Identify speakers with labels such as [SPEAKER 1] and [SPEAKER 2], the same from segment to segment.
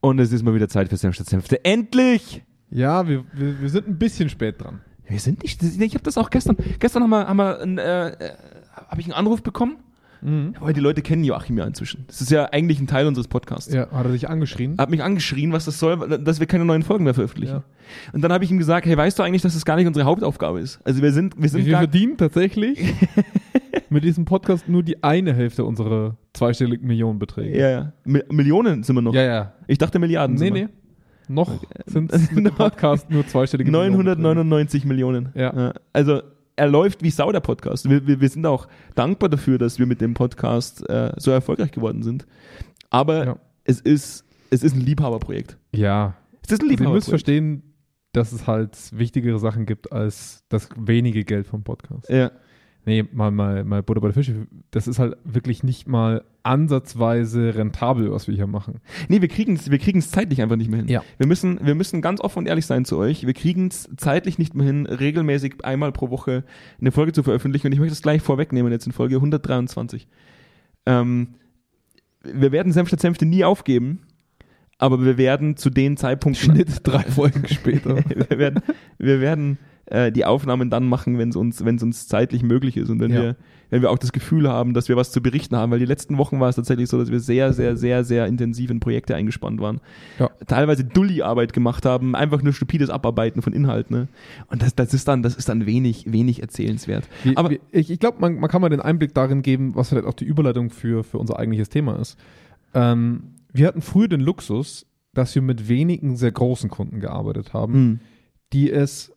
[SPEAKER 1] Und es ist mal wieder Zeit für Senf statt Senfte. Endlich!
[SPEAKER 2] Ja, wir, wir, wir sind ein bisschen spät dran.
[SPEAKER 1] Wir sind nicht. Ich habe das auch gestern. Gestern haben wir, haben wir einen, äh, äh, hab ich einen Anruf bekommen.
[SPEAKER 2] Mhm.
[SPEAKER 1] Aber die Leute kennen Joachim ja inzwischen. Das ist ja eigentlich ein Teil unseres Podcasts.
[SPEAKER 2] Ja, hat er dich angeschrien?
[SPEAKER 1] Hat mich angeschrien, was das soll, dass wir keine neuen Folgen mehr veröffentlichen.
[SPEAKER 2] Ja.
[SPEAKER 1] Und dann habe ich ihm gesagt, hey, weißt du eigentlich, dass das gar nicht unsere Hauptaufgabe ist? Also wir sind, wir sind
[SPEAKER 2] Wir
[SPEAKER 1] gar,
[SPEAKER 2] verdienen tatsächlich mit diesem Podcast nur die eine Hälfte unserer zweistelligen Millionenbeträge.
[SPEAKER 1] ja, ja. Mi- Millionen sind wir noch.
[SPEAKER 2] ja. ja.
[SPEAKER 1] Ich dachte Milliarden.
[SPEAKER 2] Nee,
[SPEAKER 1] sind
[SPEAKER 2] nee.
[SPEAKER 1] wir.
[SPEAKER 2] Noch sind es mit dem Podcast nur zweistellige
[SPEAKER 1] 999 Millionen.
[SPEAKER 2] Ja.
[SPEAKER 1] Also er läuft wie Sau der Podcast. Wir, wir, wir sind auch dankbar dafür, dass wir mit dem Podcast äh, so erfolgreich geworden sind. Aber
[SPEAKER 2] Ja.
[SPEAKER 1] es ist es ist ein Liebhaberprojekt.
[SPEAKER 2] Millionen. Ja.
[SPEAKER 1] Es ist ein
[SPEAKER 2] Also ihr müsst
[SPEAKER 1] Liebhaberprojekt.
[SPEAKER 2] verstehen, dass es halt wichtigere Sachen gibt als das wenige Geld vom Podcast.
[SPEAKER 1] ja.
[SPEAKER 2] Nee, mal, mal, mal Butter bei der Fische. Das ist halt wirklich nicht mal ansatzweise rentabel, was wir hier machen.
[SPEAKER 1] Nee, wir kriegen es wir kriegen's zeitlich einfach nicht mehr hin.
[SPEAKER 2] Ja.
[SPEAKER 1] Wir, müssen, wir müssen ganz offen und ehrlich sein zu euch. Wir kriegen es zeitlich nicht mehr hin, regelmäßig einmal pro Woche eine Folge zu veröffentlichen. Und ich möchte es gleich vorwegnehmen, jetzt in Folge 123. Ähm, wir werden Senf statt Senfte nie aufgeben, aber wir werden zu den Zeitpunkten.
[SPEAKER 2] drei Folgen später.
[SPEAKER 1] wir werden, wir werden äh, die Aufnahmen dann machen, wenn es uns, wenn's uns zeitlich möglich ist und wenn,
[SPEAKER 2] Ja.
[SPEAKER 1] wir, wenn wir auch das Gefühl haben, dass wir was zu berichten haben, weil die letzten Wochen war es tatsächlich so, dass wir sehr, sehr, sehr, sehr intensiv in Projekte eingespannt waren.
[SPEAKER 2] Ja.
[SPEAKER 1] Teilweise Dulli-Arbeit gemacht haben, einfach nur stupides Abarbeiten von Inhalt. Ne? Und das, das, ist dann, das ist dann wenig, wenig erzählenswert.
[SPEAKER 2] Wie,
[SPEAKER 1] Aber-
[SPEAKER 2] wie, ich ich glaube, man, man kann mal den Einblick darin geben, was vielleicht auch die Überleitung für, für unser eigentliches Thema ist. Ähm, wir hatten früher den Luxus, dass wir mit wenigen sehr großen Kunden gearbeitet haben,
[SPEAKER 1] Mhm.
[SPEAKER 2] die es,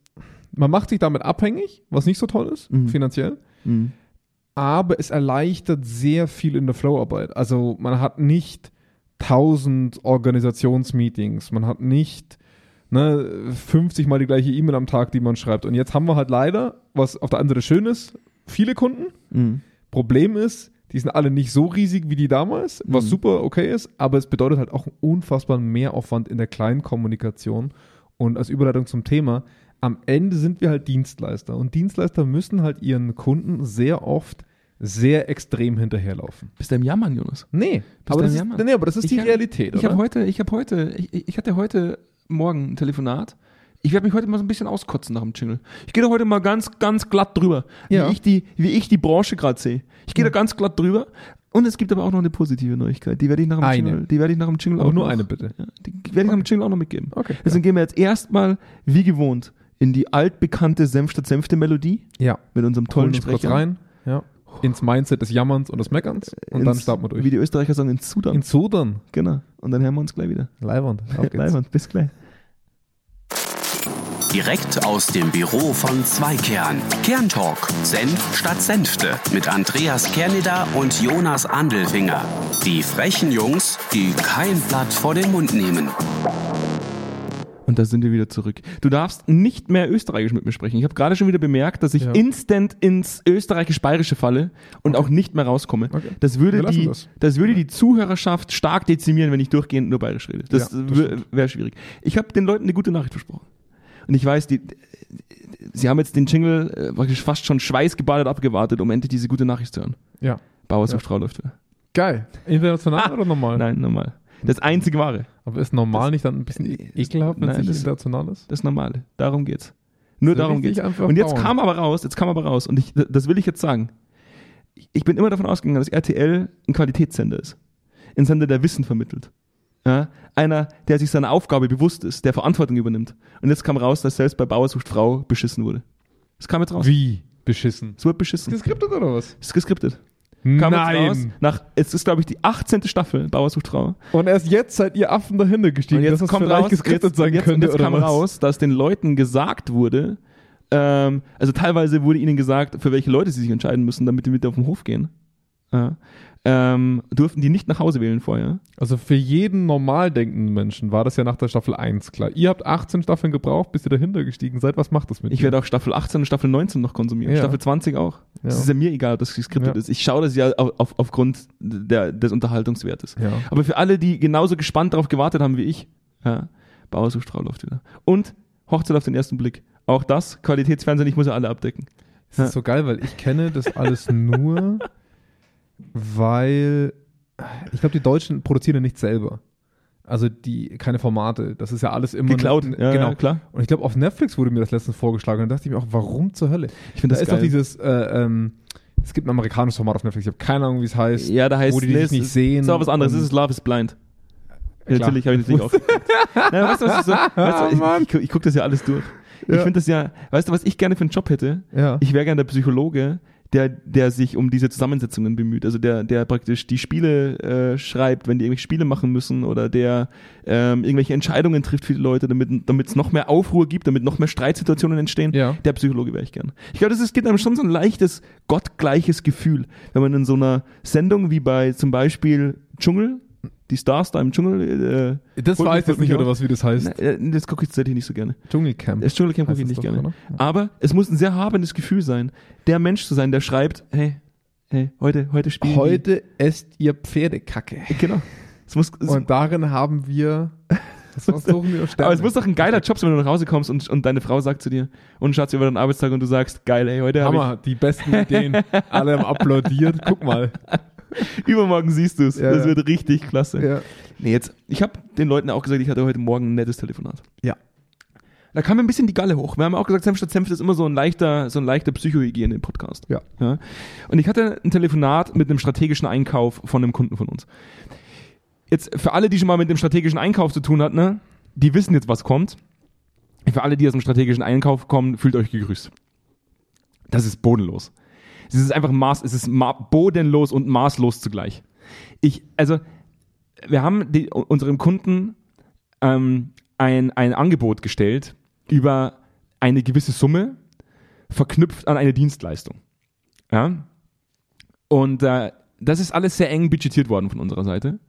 [SPEAKER 2] man macht sich damit abhängig, was nicht so toll ist,
[SPEAKER 1] Mhm.
[SPEAKER 2] finanziell,
[SPEAKER 1] Mhm.
[SPEAKER 2] aber es erleichtert sehr viel in der Flowarbeit. Also man hat nicht 1000 Organisationsmeetings, man hat nicht ne, 50 mal die gleiche E-Mail am Tag, die man schreibt. Und jetzt haben wir halt leider, was auf der einen Seite schön ist, viele Kunden.
[SPEAKER 1] Mhm.
[SPEAKER 2] Problem ist, die sind alle nicht so riesig wie die damals, was
[SPEAKER 1] Mhm.
[SPEAKER 2] super okay ist, aber es bedeutet halt auch einen unfassbaren Mehraufwand in der kleinen Kommunikation. Und als Überleitung zum Thema, am Ende sind wir halt Dienstleister und Dienstleister müssen halt ihren Kunden sehr oft sehr extrem hinterherlaufen.
[SPEAKER 1] Bist du im Jammern, Jonas?
[SPEAKER 2] Nee,
[SPEAKER 1] Bist
[SPEAKER 2] aber
[SPEAKER 1] du
[SPEAKER 2] das,
[SPEAKER 1] ein
[SPEAKER 2] ist,
[SPEAKER 1] Jammer?
[SPEAKER 2] nee aber das ist
[SPEAKER 1] Ich
[SPEAKER 2] die
[SPEAKER 1] hab-
[SPEAKER 2] Realität.
[SPEAKER 1] Ich habe
[SPEAKER 2] oder?
[SPEAKER 1] heute, ich habe heute, ich, ich hatte heute Morgen ein Telefonat. Ich werde mich heute mal so ein bisschen auskotzen nach dem Jingle. Ich gehe da heute mal ganz, ganz glatt drüber,
[SPEAKER 2] Ja.
[SPEAKER 1] wie, ich die, wie ich die Branche gerade sehe. Ich gehe da ganz glatt drüber. Und es gibt aber auch noch eine positive Neuigkeit. Die werde ich nach dem
[SPEAKER 2] Eine.
[SPEAKER 1] Jingle, die werde ich nach dem Jingle
[SPEAKER 2] aber
[SPEAKER 1] auch
[SPEAKER 2] nur
[SPEAKER 1] noch,
[SPEAKER 2] eine bitte.
[SPEAKER 1] Ja, die werde ich nach dem Jingle auch noch mitgeben.
[SPEAKER 2] Okay.
[SPEAKER 1] Deswegen gehen wir jetzt erstmal, wie gewohnt, in die altbekannte Senf statt Senfte Melodie
[SPEAKER 2] Ja,
[SPEAKER 1] mit unserem
[SPEAKER 2] holen
[SPEAKER 1] tollen
[SPEAKER 2] uns kurz
[SPEAKER 1] Sprecher.
[SPEAKER 2] rein. Ja. Ins Mindset des Jammerns und des Meckerns und dann
[SPEAKER 1] Ins-
[SPEAKER 2] starten wir durch.
[SPEAKER 1] Wie die Österreicher sagen, ins Sudan.
[SPEAKER 2] In Sudern.
[SPEAKER 1] genau. Und dann hören wir uns gleich wieder.
[SPEAKER 2] Leibwand. Auf geht's.
[SPEAKER 1] Leibwand, bis gleich.
[SPEAKER 3] Direkt aus dem Büro von Zweikern. Kerntalk. Senf statt Senfte. Mit Andreas Kerneder und Jonas Andelfinger. Die frechen Jungs, die kein Blatt vor den Mund nehmen.
[SPEAKER 1] Und da sind wir wieder zurück. Du darfst nicht mehr österreichisch mit mir sprechen. Ich habe gerade schon wieder bemerkt, dass ich
[SPEAKER 2] Ja.
[SPEAKER 1] instant ins österreichisch-bayerische falle und auch nicht mehr rauskomme.
[SPEAKER 2] Okay.
[SPEAKER 1] Das, würde
[SPEAKER 2] Wir lassen
[SPEAKER 1] die, das.
[SPEAKER 2] das.
[SPEAKER 1] würde die Zuhörerschaft stark dezimieren, wenn ich durchgehend nur bayerisch rede. Das,
[SPEAKER 2] Ja, das
[SPEAKER 1] wäre schwierig. Ich habe den Leuten eine gute Nachricht versprochen. Und ich weiß, die, sie haben jetzt den Jingle äh, praktisch fast schon schweißgebadet abgewartet, um endlich diese gute Nachricht zu hören.
[SPEAKER 2] Ja.
[SPEAKER 1] Bauers
[SPEAKER 2] Ja.
[SPEAKER 1] auf Strau läuft wieder.
[SPEAKER 2] Geil. International oder normal?
[SPEAKER 1] Ah. Nein, normal. Das einzige Wahre.
[SPEAKER 2] Aber ist normal nicht dann ein bisschen e-
[SPEAKER 1] Nee,
[SPEAKER 2] ekelhaft, wenn
[SPEAKER 1] Äh, nein,
[SPEAKER 2] es nicht
[SPEAKER 1] das-
[SPEAKER 2] international ist?
[SPEAKER 1] Das Normale. Darum geht's. Nur
[SPEAKER 2] So
[SPEAKER 1] darum
[SPEAKER 2] richtig
[SPEAKER 1] geht's.
[SPEAKER 2] einfach
[SPEAKER 1] Und jetzt
[SPEAKER 2] bauen.
[SPEAKER 1] kam aber raus, jetzt kam aber raus, und ich, das will ich jetzt sagen. Ich bin immer davon ausgegangen, dass RTL ein Qualitätssender ist. Ein Sender, der Wissen vermittelt. Ja? Einer, der sich seiner Aufgabe bewusst ist, der Verantwortung übernimmt. Und jetzt kam raus, dass selbst bei Bauer sucht Frau beschissen wurde. Das kam jetzt raus.
[SPEAKER 2] Wie beschissen?
[SPEAKER 1] Es wurde beschissen.
[SPEAKER 2] Geskriptet oder was?
[SPEAKER 1] Es ist geskriptet. Kam jetzt raus.
[SPEAKER 2] Nein!
[SPEAKER 1] Nach, es ist, glaube ich, die 18. Staffel Bauer sucht Frau.
[SPEAKER 2] Und erst jetzt seid ihr Affen dahinter gestiegen,
[SPEAKER 1] Und jetzt
[SPEAKER 2] dass es
[SPEAKER 1] kommt
[SPEAKER 2] vielleicht
[SPEAKER 1] raus,
[SPEAKER 2] geskriptet
[SPEAKER 1] jetzt,
[SPEAKER 2] sein
[SPEAKER 1] jetzt,
[SPEAKER 2] könnte
[SPEAKER 1] jetzt
[SPEAKER 2] oder
[SPEAKER 1] kam
[SPEAKER 2] was?
[SPEAKER 1] raus, dass den Leuten gesagt wurde, ähm, also teilweise wurde ihnen gesagt, für welche Leute sie sich entscheiden müssen, damit die mit auf den Hof gehen. Ja. Ähm, durften die nicht nach Hause wählen vorher.
[SPEAKER 2] Also für jeden normal denkenden Menschen war das ja nach der Staffel 1 klar. Ihr habt 18 Staffeln gebraucht, bis ihr dahinter gestiegen seid. Was macht das mit
[SPEAKER 1] Ich
[SPEAKER 2] dir?
[SPEAKER 1] werde auch Staffel 18 und Staffel 19 noch konsumieren.
[SPEAKER 2] Ja.
[SPEAKER 1] Staffel 20 auch. Es
[SPEAKER 2] Ja.
[SPEAKER 1] ist ja mir egal, ob das geskriptet
[SPEAKER 2] Ja.
[SPEAKER 1] ist. Ich schaue das ja auf, auf, aufgrund der, des Unterhaltungswertes.
[SPEAKER 2] Ja.
[SPEAKER 1] Aber für alle, die genauso gespannt darauf gewartet haben wie ich, ja, Bauer sucht Frau läuft wieder. Und Hochzeit auf den ersten Blick. Auch das, Qualitätsfernsehen, ich muss ja alle abdecken.
[SPEAKER 2] Das ist so geil, weil ich kenne das alles nur, weil ich glaube, die Deutschen produzieren ja nicht selber. Also die, keine Formate. Das ist ja alles immer.
[SPEAKER 1] Geklaut,
[SPEAKER 2] ne-
[SPEAKER 1] ja,
[SPEAKER 2] genau.
[SPEAKER 1] ja, klar.
[SPEAKER 2] Und ich glaube, auf Netflix wurde mir das letztens vorgeschlagen. Und dann dachte ich mir auch, warum zur Hölle?
[SPEAKER 1] Ich finde
[SPEAKER 2] da ist doch dieses, äh, ähm, es gibt ein amerikanisches Format auf Netflix, ich habe keine Ahnung, wie es heißt.
[SPEAKER 1] Ja, da heißt
[SPEAKER 2] wo die dich
[SPEAKER 1] es
[SPEAKER 2] nicht
[SPEAKER 1] ist,
[SPEAKER 2] sehen
[SPEAKER 1] Ist auch was anderes.
[SPEAKER 2] und-
[SPEAKER 1] Es ist Love is Blind.
[SPEAKER 2] Klar. Oh,
[SPEAKER 1] Natürlich habe ich das nicht aufgeguckt. Nein, weißt du, was ich so, weißt du, ich, ich, gu- ich gucke das ja alles durch. Ich
[SPEAKER 2] Ja.
[SPEAKER 1] finde das ja, weißt du, was ich gerne für einen Job hätte?
[SPEAKER 2] Ja.
[SPEAKER 1] Ich wäre gerne der Psychologe, der, der sich um diese Zusammensetzungen bemüht. Also der, der praktisch die Spiele äh, schreibt, wenn die irgendwelche Spiele machen müssen oder der ähm, irgendwelche Entscheidungen trifft für die Leute, damit es noch mehr Aufruhr gibt, damit noch mehr Streitsituationen entstehen.
[SPEAKER 2] Ja.
[SPEAKER 1] Der Psychologe wäre ich gern. Ich glaube, das ist, gibt einem schon so ein leichtes, gottgleiches Gefühl, wenn man in so einer Sendung wie bei zum Beispiel Dschungel, die Stars da im Dschungel, äh,
[SPEAKER 2] das
[SPEAKER 1] holt mich-
[SPEAKER 2] weiß
[SPEAKER 1] holt
[SPEAKER 2] ich jetzt
[SPEAKER 1] mich
[SPEAKER 2] nicht,
[SPEAKER 1] auch.
[SPEAKER 2] oder was, wie das heißt.
[SPEAKER 1] na, äh, das gucke ich tatsächlich nicht so gerne.
[SPEAKER 2] Dschungelcamp.
[SPEAKER 1] Das Dschungelcamp
[SPEAKER 2] Heißt
[SPEAKER 1] gucke ich
[SPEAKER 2] es
[SPEAKER 1] nicht
[SPEAKER 2] doch,
[SPEAKER 1] gerne.
[SPEAKER 2] oder?
[SPEAKER 1] Aber es muss ein sehr habendes Gefühl sein, der Mensch zu sein, der schreibt, hey, hey, heute, heute spielen
[SPEAKER 2] Heute esst ihr Pferdekacke.
[SPEAKER 1] die. Genau. Es muss, es,
[SPEAKER 2] Und darin haben wir. Was suchen wir
[SPEAKER 1] aber es muss doch ein geiler Job sein, wenn du nach Hause kommst und, und deine Frau sagt zu dir, und Schatz, über deinen Arbeitstag und du sagst, geil, ey, heute habe
[SPEAKER 2] Hammer, die besten Ideen. Alle haben applaudiert. Guck mal.
[SPEAKER 1] ich, übermorgen siehst du es.
[SPEAKER 2] Ja,
[SPEAKER 1] das
[SPEAKER 2] ja.
[SPEAKER 1] wird richtig klasse.
[SPEAKER 2] Ja.
[SPEAKER 1] Nee, jetzt, ich habe den Leuten auch gesagt, ich hatte heute Morgen ein nettes Telefonat.
[SPEAKER 2] Ja.
[SPEAKER 1] Da kam mir ein bisschen die Galle hoch. Wir haben auch gesagt, Senf statt Senf ist immer so ein leichter, so ein leichter Psychohygiene-Podcast.
[SPEAKER 2] Ja.
[SPEAKER 1] ja. Und ich hatte ein Telefonat mit einem strategischen Einkauf von einem Kunden von uns. Jetzt, für alle, die schon mal mit dem strategischen Einkauf zu tun hatten, ne, die wissen jetzt, was kommt. Für alle, die aus dem strategischen Einkauf kommen, fühlt euch gegrüßt. Das ist bodenlos. Es ist einfach maß, es ist ma bodenlos und maßlos zugleich. Ich, also, wir haben die, unserem Kunden ähm, ein, ein Angebot gestellt über eine gewisse Summe, verknüpft an eine Dienstleistung. Ja? Und äh, das ist alles sehr eng budgetiert worden von unserer Seite.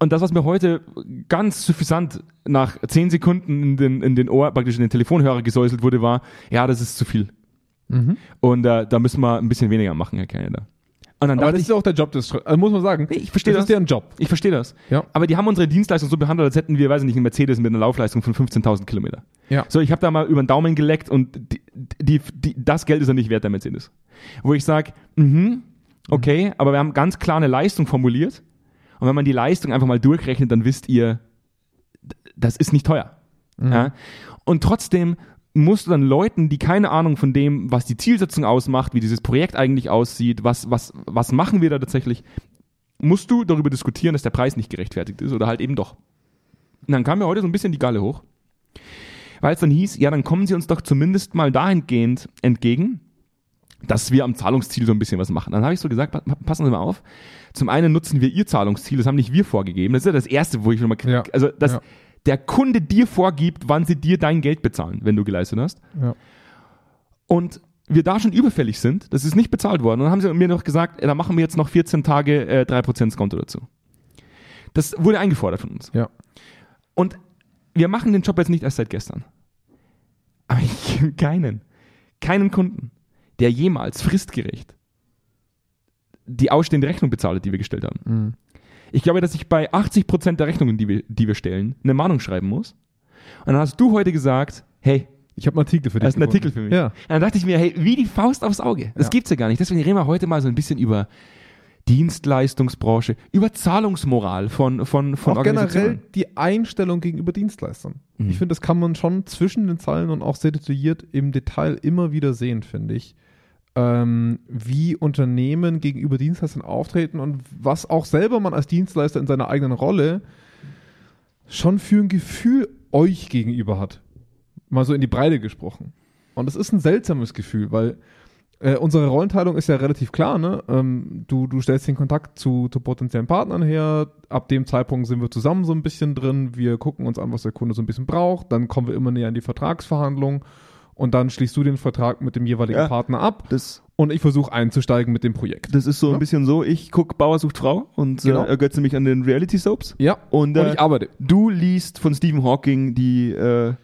[SPEAKER 1] Und das, was mir heute ganz suffisant nach zehn Sekunden in den, in den Ohr, praktisch in den Telefonhörer gesäuselt wurde, war, ja, das ist zu viel.
[SPEAKER 2] Mhm.
[SPEAKER 1] Und äh, da müssen wir ein bisschen weniger machen, Herr Kellner. Und dann
[SPEAKER 2] Aber
[SPEAKER 1] dachte
[SPEAKER 2] das
[SPEAKER 1] ich,
[SPEAKER 2] ist auch der Job des. Schre- Also muss man sagen.
[SPEAKER 1] ich verstehe
[SPEAKER 2] Das ist
[SPEAKER 1] das.
[SPEAKER 2] deren Job.
[SPEAKER 1] ich verstehe das.
[SPEAKER 2] Ja.
[SPEAKER 1] Aber die haben unsere Dienstleistung so behandelt, als hätten wir, weiß ich nicht, einen Mercedes mit einer Laufleistung von 15.000 Kilometer.
[SPEAKER 2] Ja.
[SPEAKER 1] So, ich habe da mal über den Daumen geleckt und die, die, die, das Geld ist ja nicht wert, der Mercedes. Wo ich sage, mhm, okay, aber wir haben ganz klar eine Leistung formuliert. Und wenn man die Leistung einfach mal durchrechnet, dann wisst ihr, d- das ist nicht teuer. Ja? Und trotzdem musst du dann Leuten, die keine Ahnung von dem, was die Zielsetzung ausmacht, wie dieses Projekt eigentlich aussieht, was, was, was machen wir da tatsächlich, musst du darüber diskutieren, dass der Preis nicht gerechtfertigt ist oder halt eben doch. Und dann kam mir heute so ein bisschen die Galle hoch, weil es dann hieß, ja, dann kommen sie uns doch zumindest mal dahingehend entgegen, dass wir am Zahlungsziel so ein bisschen was machen. Dann habe ich so gesagt, pa- passen Sie mal auf. Zum einen nutzen wir Ihr Zahlungsziel, das haben nicht wir vorgegeben. Das ist ja das Erste, wo ich nochmal,
[SPEAKER 2] Ja,
[SPEAKER 1] also dass
[SPEAKER 2] ja.
[SPEAKER 1] der Kunde dir vorgibt, wann sie dir dein Geld bezahlen, wenn du geleistet hast
[SPEAKER 2] Ja.
[SPEAKER 1] und wir da schon überfällig sind, das ist nicht bezahlt worden. Und dann haben sie mir noch gesagt, ja, dann machen wir jetzt noch 14 Tage äh, 3% Skonto dazu. Das wurde eingefordert von uns.
[SPEAKER 2] Ja.
[SPEAKER 1] Und wir machen den Job jetzt nicht erst seit gestern. Aber ich kenne keinen, keinen Kunden, der jemals fristgerecht die ausstehende Rechnung bezahlt hat, die wir gestellt haben. Ich glaube, dass ich bei 80% der Rechnungen, die wir, die wir stellen, eine Mahnung schreiben muss. Und dann hast du heute gesagt, hey,
[SPEAKER 2] Ich habe einen Artikel für dich.
[SPEAKER 1] das ist ein
[SPEAKER 2] gefunden.
[SPEAKER 1] Artikel für mich.
[SPEAKER 2] Ja.
[SPEAKER 1] Und Dann dachte ich mir, hey, wie die Faust aufs Auge. Das
[SPEAKER 2] Ja.
[SPEAKER 1] gibt's ja gar nicht. Deswegen reden wir heute mal so ein bisschen über Dienstleistungsbranche, über Zahlungsmoral von, von, von
[SPEAKER 2] auch generell
[SPEAKER 1] Organisationen. Mhm.
[SPEAKER 2] die Einstellung gegenüber Dienstleistern. Ich finde, das kann man schon zwischen den Zeilen und auch sehr detailliert im Detail immer wieder sehen, finde ich. Ähm, wie Unternehmen gegenüber Dienstleistern auftreten und was auch selber man als Dienstleister in seiner eigenen Rolle schon für ein Gefühl euch gegenüber hat. Mal so in die Breite gesprochen. Und das ist ein seltsames Gefühl, weil äh, unsere Rollenteilung ist ja relativ klar, ne? Ähm, du, du stellst den Kontakt zu, zu potenziellen Partnern her, ab dem Zeitpunkt sind wir zusammen so ein bisschen drin, wir gucken uns an, was der Kunde so ein bisschen braucht, dann kommen wir immer näher in die Vertragsverhandlung und dann schließt du den Vertrag mit dem jeweiligen
[SPEAKER 1] Ja.
[SPEAKER 2] Partner ab
[SPEAKER 1] Das,
[SPEAKER 2] und ich versuche einzusteigen mit dem Projekt.
[SPEAKER 1] das ist so
[SPEAKER 2] Ja.
[SPEAKER 1] ein bisschen so, ich guck Bauer sucht Frau und
[SPEAKER 2] Genau.
[SPEAKER 1] äh, ergötze mich an den Reality-Soaps.
[SPEAKER 2] Ja,
[SPEAKER 1] Und,
[SPEAKER 2] und,
[SPEAKER 1] äh,
[SPEAKER 2] ich arbeite.
[SPEAKER 1] Du liest von Stephen Hawking die, äh,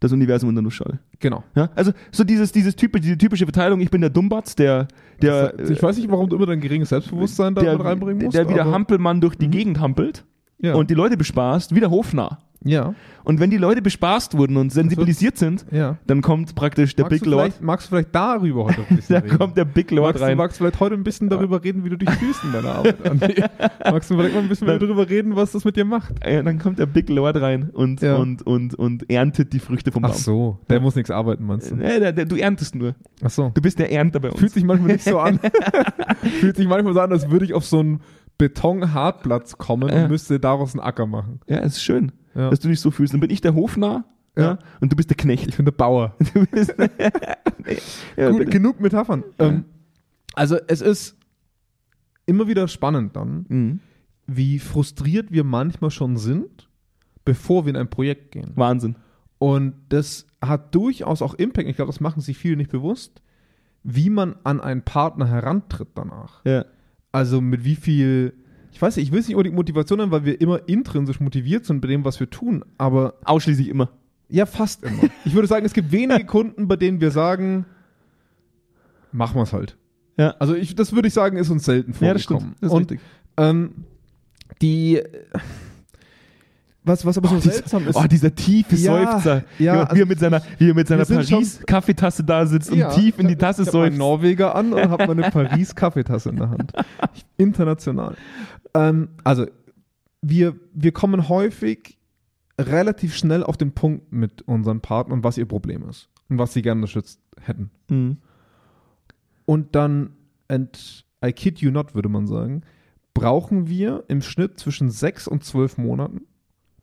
[SPEAKER 1] das Universum in der Nussschale.
[SPEAKER 2] Genau.
[SPEAKER 1] Ja? Also so dieses, dieses typ, diese typische Verteilung, ich bin der Dummbatz, der, der, äh,
[SPEAKER 2] ich weiß nicht, warum du immer dein geringes Selbstbewusstsein da
[SPEAKER 1] der,
[SPEAKER 2] mit reinbringen musst.
[SPEAKER 1] der wie der
[SPEAKER 2] aber- Mhm.
[SPEAKER 1] Hampelmann durch die Gegend hampelt
[SPEAKER 2] ja.
[SPEAKER 1] und die Leute bespaßt, wie der Hofnarr.
[SPEAKER 2] Ja,
[SPEAKER 1] Und wenn die Leute bespaßt wurden und sensibilisiert sind,
[SPEAKER 2] ja.
[SPEAKER 1] dann kommt praktisch der
[SPEAKER 2] Also magst,
[SPEAKER 1] Big
[SPEAKER 2] du
[SPEAKER 1] Lord.
[SPEAKER 2] vielleicht, magst du vielleicht darüber heute ein bisschen
[SPEAKER 1] Da
[SPEAKER 2] reden?
[SPEAKER 1] kommt der Big Lord
[SPEAKER 2] magst, du,
[SPEAKER 1] rein.
[SPEAKER 2] magst du vielleicht heute ein bisschen darüber reden, wie du dich fühlst in deiner Arbeit? Andi? magst du vielleicht mal ein bisschen mehr darüber reden, was das mit dir macht?
[SPEAKER 1] Äh, dann kommt der Big Lord rein und,
[SPEAKER 2] Ja.
[SPEAKER 1] und, und, und erntet die Früchte vom Baum.
[SPEAKER 2] Ach so, der muss nichts arbeiten, meinst du?
[SPEAKER 1] Nee, der, der, du erntest nur.
[SPEAKER 2] Ach so.
[SPEAKER 1] Du bist der Ernter bei uns.
[SPEAKER 2] Fühlt sich manchmal nicht so an. Fühlt sich manchmal so an, als würde ich auf so einen Betonhartplatz kommen
[SPEAKER 1] Ja.
[SPEAKER 2] und müsste daraus einen Acker machen.
[SPEAKER 1] ja, es ist schön,
[SPEAKER 2] Ja.
[SPEAKER 1] dass du dich so fühlst. Dann bin ich der Hofnarr ja.
[SPEAKER 2] Ja.
[SPEAKER 1] und du bist der Knecht.
[SPEAKER 2] Ich bin der Bauer.
[SPEAKER 1] Du bist ja,
[SPEAKER 2] Gut,
[SPEAKER 1] bitte.
[SPEAKER 2] genug Metaphern. Ähm, also es ist immer wieder spannend dann,
[SPEAKER 1] Mhm.
[SPEAKER 2] wie frustriert wir manchmal schon sind, bevor wir in ein Projekt gehen.
[SPEAKER 1] Wahnsinn.
[SPEAKER 2] Und das hat durchaus auch Impact. Ich glaube, das machen sich viele nicht bewusst, wie man an einen Partner herantritt danach.
[SPEAKER 1] Ja.
[SPEAKER 2] Also mit wie viel, ich weiß nicht, ich will es nicht unbedingt Motivation nennen, weil wir immer intrinsisch motiviert sind bei dem, was wir tun, aber
[SPEAKER 1] Ausschließlich immer.
[SPEAKER 2] ja, fast immer. Ich würde sagen, es gibt wenige Kunden, bei denen wir sagen, machen wir es halt.
[SPEAKER 1] Ja.
[SPEAKER 2] Also ich, das würde ich sagen, ist uns selten vorgekommen.
[SPEAKER 1] Das ist
[SPEAKER 2] Und
[SPEAKER 1] richtig.
[SPEAKER 2] ähm, die, was, was aber so seltsam ist,
[SPEAKER 1] oh, dieser tiefe
[SPEAKER 2] Ja,
[SPEAKER 1] Seufzer. wie, er- wie
[SPEAKER 2] ja,
[SPEAKER 1] er
[SPEAKER 2] also
[SPEAKER 1] mit seiner, wie er mit seiner
[SPEAKER 2] wir sind schon-
[SPEAKER 1] Paris-Kaffeetasse da sitzt
[SPEAKER 2] Ja,
[SPEAKER 1] und tief in die Tasse
[SPEAKER 2] ich habe einen
[SPEAKER 1] seufzt.
[SPEAKER 2] Norweger an und habe meine Paris-Kaffeetasse in der Hand. International. Ähm, also, wir, wir kommen häufig relativ schnell auf den Punkt mit unseren Partnern, was ihr Problem ist und was sie gerne unterstützt hätten.
[SPEAKER 1] Mhm.
[SPEAKER 2] Und dann, and I kid you not, würde man sagen, brauchen wir im Schnitt zwischen sechs und zwölf Monaten,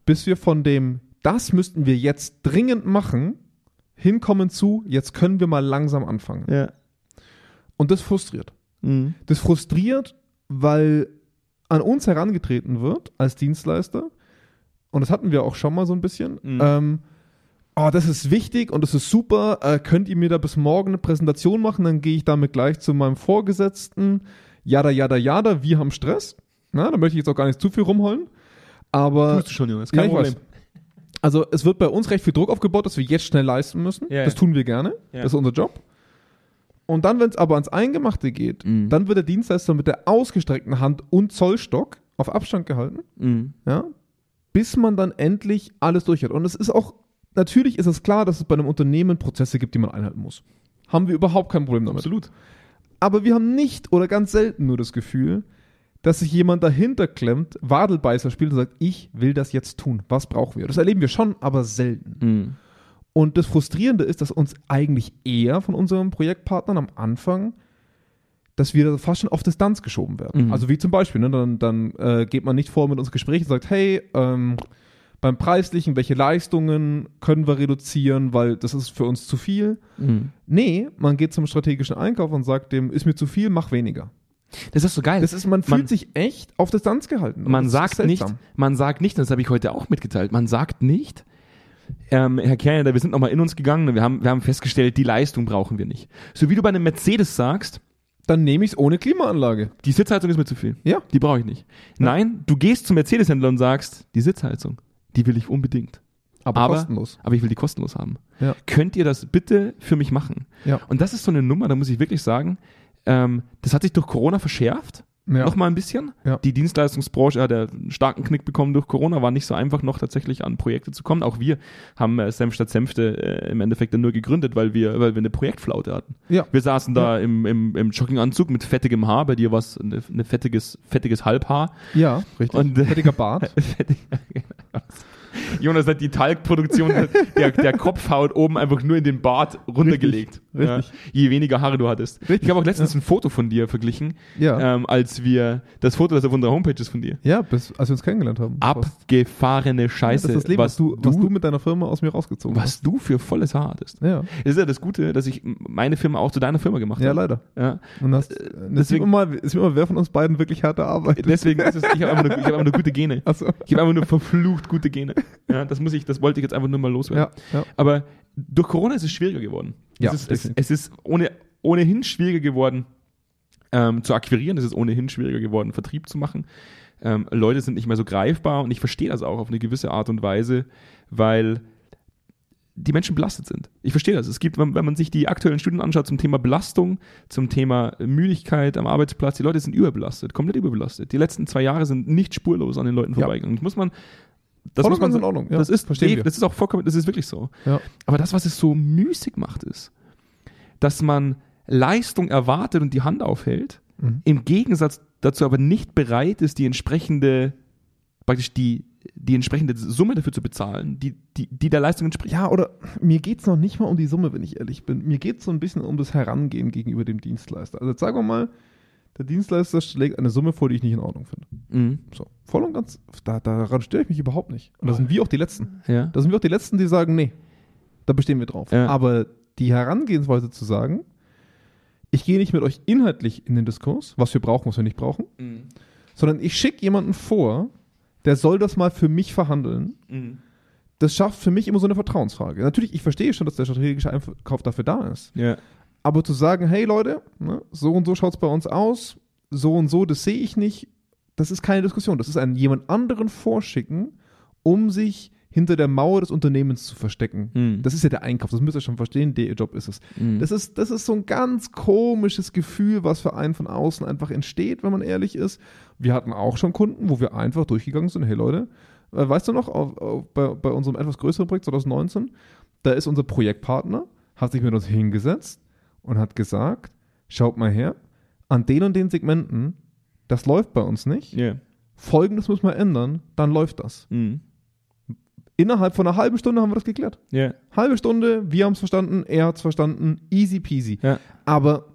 [SPEAKER 2] bis wir von dem, das müssten wir jetzt dringend machen, hinkommen zu, jetzt können wir mal langsam anfangen.
[SPEAKER 1] Ja.
[SPEAKER 2] Und das frustriert.
[SPEAKER 1] Mhm.
[SPEAKER 2] Das frustriert, weil an uns herangetreten wird als Dienstleister, und das hatten wir auch schon mal so ein bisschen,
[SPEAKER 1] Mhm.
[SPEAKER 2] ähm, oh, das ist wichtig und das ist super, äh, könnt ihr mir da bis morgen eine Präsentation machen, dann gehe ich damit gleich zu meinem Vorgesetzten, jada, jada, jada, wir haben Stress. Na, da möchte ich jetzt auch gar nicht zu viel rumholen. Aber
[SPEAKER 1] Tust du schon, Junge. Ist
[SPEAKER 2] Ja,
[SPEAKER 1] kein
[SPEAKER 2] ich
[SPEAKER 1] Problem.
[SPEAKER 2] weiß. also es wird bei uns recht viel Druck aufgebaut, dass wir jetzt schnell leisten müssen.
[SPEAKER 1] Ja,
[SPEAKER 2] das
[SPEAKER 1] ja.
[SPEAKER 2] tun wir gerne.
[SPEAKER 1] Ja.
[SPEAKER 2] Das ist unser Job. Und dann, wenn es aber ans Eingemachte geht,
[SPEAKER 1] Mhm.
[SPEAKER 2] dann wird der Dienstleister mit der ausgestreckten Hand und Zollstock auf Abstand gehalten,
[SPEAKER 1] Mhm.
[SPEAKER 2] ja, bis man dann endlich alles durch hat. Und es ist auch, natürlich ist es klar, dass es bei einem Unternehmen Prozesse gibt, die man einhalten muss. Haben wir überhaupt kein Problem damit.
[SPEAKER 1] Absolut.
[SPEAKER 2] Aber wir haben nicht oder ganz selten nur das Gefühl, dass sich jemand dahinter klemmt, Wadelbeißer spielt und sagt, ich will das jetzt tun. Was brauchen wir? Das erleben wir schon, aber selten.
[SPEAKER 1] Mhm.
[SPEAKER 2] Und das Frustrierende ist, dass uns eigentlich eher von unseren Projektpartnern am Anfang, dass wir fast schon auf Distanz geschoben werden.
[SPEAKER 1] Mhm.
[SPEAKER 2] Also wie zum Beispiel, ne, dann, dann äh, geht man nicht vor mit uns Gespräch und sagt, hey, ähm, beim Preislichen, welche Leistungen können wir reduzieren, weil das ist für uns zu viel.
[SPEAKER 1] Mhm.
[SPEAKER 2] Nee, man geht zum strategischen Einkauf und sagt dem, ist mir zu viel, mach weniger.
[SPEAKER 1] Das ist so geil.
[SPEAKER 2] Das ist, man fühlt
[SPEAKER 1] Man-
[SPEAKER 2] sich echt auf Distanz gehalten. Und
[SPEAKER 1] man
[SPEAKER 2] das
[SPEAKER 1] sagt
[SPEAKER 2] ist
[SPEAKER 1] nicht,
[SPEAKER 2] seltsam.
[SPEAKER 1] man sagt nicht, das habe ich heute auch mitgeteilt, man sagt nicht, ähm, Herr Kerner, wir sind nochmal in uns gegangen und wir haben, wir haben festgestellt, die Leistung brauchen wir nicht. So wie du bei einem Mercedes sagst,
[SPEAKER 2] Dann nehme ich es ohne Klimaanlage.
[SPEAKER 1] die Sitzheizung ist mir zu viel.
[SPEAKER 2] Ja.
[SPEAKER 1] Die brauche ich nicht. Nein, du gehst zum Mercedes-Händler und sagst, die Sitzheizung, die will ich unbedingt.
[SPEAKER 2] Aber,
[SPEAKER 1] Aber-
[SPEAKER 2] kostenlos.
[SPEAKER 1] Aber ich will die kostenlos haben.
[SPEAKER 2] Ja.
[SPEAKER 1] Könnt ihr das bitte für mich machen?
[SPEAKER 2] Ja.
[SPEAKER 1] Und das ist so eine Nummer, da muss ich wirklich sagen, ähm, das hat sich durch Corona verschärft.
[SPEAKER 2] Ja.
[SPEAKER 1] Noch mal ein bisschen.
[SPEAKER 2] Ja.
[SPEAKER 1] Die Dienstleistungsbranche hat ja einen starken Knick bekommen durch Corona, war nicht so einfach noch tatsächlich an Projekte zu kommen. Auch wir haben äh, Senf statt Senfte äh, im Endeffekt dann nur gegründet, weil wir, weil wir eine Projektflaute hatten.
[SPEAKER 2] Ja.
[SPEAKER 1] Wir saßen da im, im, im Jogginganzug mit fettigem Haar, bei dir war es ein eine fettiges, fettiges Halbhaar.
[SPEAKER 2] Ja, richtig.
[SPEAKER 1] Und, äh,
[SPEAKER 2] Fettiger Bart.
[SPEAKER 1] Jonas hat die Talgproduktion der, der Kopfhaut oben einfach nur in den Bart runtergelegt.
[SPEAKER 2] Richtig,
[SPEAKER 1] Ja, je weniger Haare du hattest.
[SPEAKER 2] Richtig,
[SPEAKER 1] Ich habe auch letztens ein Foto von dir verglichen,
[SPEAKER 2] Ja.
[SPEAKER 1] ähm, als wir das Foto, das auf unserer Homepage ist von dir.
[SPEAKER 2] Ja, bis, als wir uns kennengelernt haben. Fast.
[SPEAKER 1] Abgefahrene
[SPEAKER 2] Das
[SPEAKER 1] Scheiße,
[SPEAKER 2] ist das Leben,
[SPEAKER 1] was, du,
[SPEAKER 2] was du mit deiner Firma aus mir rausgezogen
[SPEAKER 1] was du für volles Haar hattest.
[SPEAKER 2] hast. Ja,
[SPEAKER 1] Das ist ja das Gute, dass ich meine Firma auch zu deiner Firma gemacht
[SPEAKER 2] ja
[SPEAKER 1] habe.
[SPEAKER 2] leider.
[SPEAKER 1] Ja.
[SPEAKER 2] Und hast,
[SPEAKER 1] deswegen-
[SPEAKER 2] Äh, deswegen immer, ist immer, wer von uns beiden wirklich harte Arbeit.
[SPEAKER 1] Deswegen ist es, ich habe einfach, nur- ich hab einfach nur gute Gene.
[SPEAKER 2] Also,
[SPEAKER 1] Ich habe einfach nur verflucht gute Gene. Ja, das muss ich, das wollte ich jetzt einfach nur mal loswerden.
[SPEAKER 2] ja, ja.
[SPEAKER 1] Aber durch Corona ist es schwieriger geworden.
[SPEAKER 2] Ja,
[SPEAKER 1] es, ist, es,
[SPEAKER 2] definitiv.
[SPEAKER 1] es ist ohne, ohnehin schwieriger geworden ähm, zu akquirieren. Es ist ohnehin schwieriger geworden, Vertrieb zu machen. Ähm, Leute sind nicht mehr so greifbar und ich verstehe das auch auf eine gewisse Art und Weise, weil die Menschen belastet sind. Ich verstehe das. Es gibt, wenn, wenn man sich die aktuellen Studien anschaut zum Thema Belastung, zum Thema Müdigkeit am Arbeitsplatz, die Leute sind überbelastet, komplett überbelastet. Die letzten zwei Jahre sind nicht spurlos an den Leuten
[SPEAKER 2] Ja.
[SPEAKER 1] vorbeigegangen. Das muss man Das muss man
[SPEAKER 2] Vollkommen
[SPEAKER 1] so,
[SPEAKER 2] in Ordnung, ja.
[SPEAKER 1] Das ist
[SPEAKER 2] Verstehen
[SPEAKER 1] verstehen
[SPEAKER 2] wir.
[SPEAKER 1] Das ist auch vollkommen, das ist wirklich so.
[SPEAKER 2] Ja.
[SPEAKER 1] Aber das, was es so müßig macht, ist, dass man Leistung erwartet und die Hand aufhält,
[SPEAKER 2] Mhm.
[SPEAKER 1] im Gegensatz dazu aber nicht bereit ist, die entsprechende, praktisch die, die entsprechende Summe dafür zu bezahlen, die, die, die der Leistung entspricht.
[SPEAKER 2] Ja, oder mir geht es noch nicht mal um die Summe, wenn ich ehrlich bin. Mir geht es so ein bisschen um das Herangehen gegenüber dem Dienstleister. Also jetzt sagen wir mal, der Dienstleister schlägt eine Summe vor, die ich nicht in Ordnung finde.
[SPEAKER 1] Mhm.
[SPEAKER 2] So, voll und ganz, da, daran störe ich mich überhaupt nicht. Und da sind wir auch die Letzten.
[SPEAKER 1] ja.
[SPEAKER 2] Da sind wir auch die Letzten, die sagen, nee, da bestehen wir drauf.
[SPEAKER 1] Ja.
[SPEAKER 2] Aber die Herangehensweise zu sagen, ich gehe nicht mit euch inhaltlich in den Diskurs, was wir brauchen, was wir nicht brauchen,
[SPEAKER 1] Mhm.
[SPEAKER 2] sondern ich schicke jemanden vor, der soll das mal für mich verhandeln
[SPEAKER 1] Mhm.
[SPEAKER 2] das schafft für mich immer so eine Vertrauensfrage. Natürlich, ich verstehe schon, dass der strategische Einkauf dafür da ist.
[SPEAKER 1] ja.
[SPEAKER 2] Aber zu sagen, hey Leute, ne, so und so schaut es bei uns aus, so und so, das sehe ich nicht, das ist keine Diskussion. Das ist ein jemand anderen vorschicken, um sich hinter der Mauer des Unternehmens zu verstecken.
[SPEAKER 1] Mhm.
[SPEAKER 2] Das ist ja der Einkauf, das müsst ihr schon verstehen, der ihr Job ist es.
[SPEAKER 1] Mhm.
[SPEAKER 2] Das ist, das ist so ein ganz komisches Gefühl, was für einen von außen einfach entsteht, wenn man ehrlich ist. Wir hatten auch schon Kunden, wo wir einfach durchgegangen sind, hey Leute, äh, weißt du noch, auf, auf, bei, bei unserem etwas größeren Projekt 2019, da ist unser Projektpartner, hat sich mit uns hingesetzt und hat gesagt, schaut mal her, an den und den Segmenten, das läuft bei uns nicht,
[SPEAKER 1] ja.
[SPEAKER 2] folgendes müssen wir ändern, dann läuft das.
[SPEAKER 1] Mhm.
[SPEAKER 2] Innerhalb von einer halben Stunde haben wir das geklärt.
[SPEAKER 1] ja.
[SPEAKER 2] Halbe Stunde, wir haben es verstanden, er hat es verstanden, easy peasy.
[SPEAKER 1] Ja.
[SPEAKER 2] Aber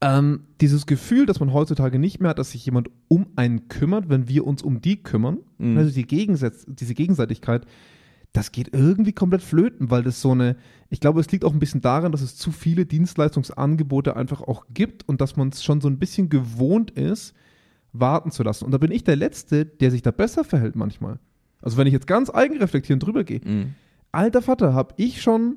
[SPEAKER 2] ähm, dieses Gefühl, dass man heutzutage nicht mehr hat, dass sich jemand um einen kümmert, wenn wir uns um die kümmern,
[SPEAKER 1] Mhm.
[SPEAKER 2] also die Gegensätz diese Gegenseitigkeit, das geht irgendwie komplett flöten, weil das so eine, ich glaube, es liegt auch ein bisschen daran, dass es zu viele Dienstleistungsangebote einfach auch gibt und dass man es schon so ein bisschen gewohnt ist, warten zu lassen. Und da bin ich der Letzte, der sich da besser verhält manchmal. Also wenn ich jetzt ganz eigenreflektierend drüber gehe,
[SPEAKER 1] Mhm.
[SPEAKER 2] alter Vater, habe ich schon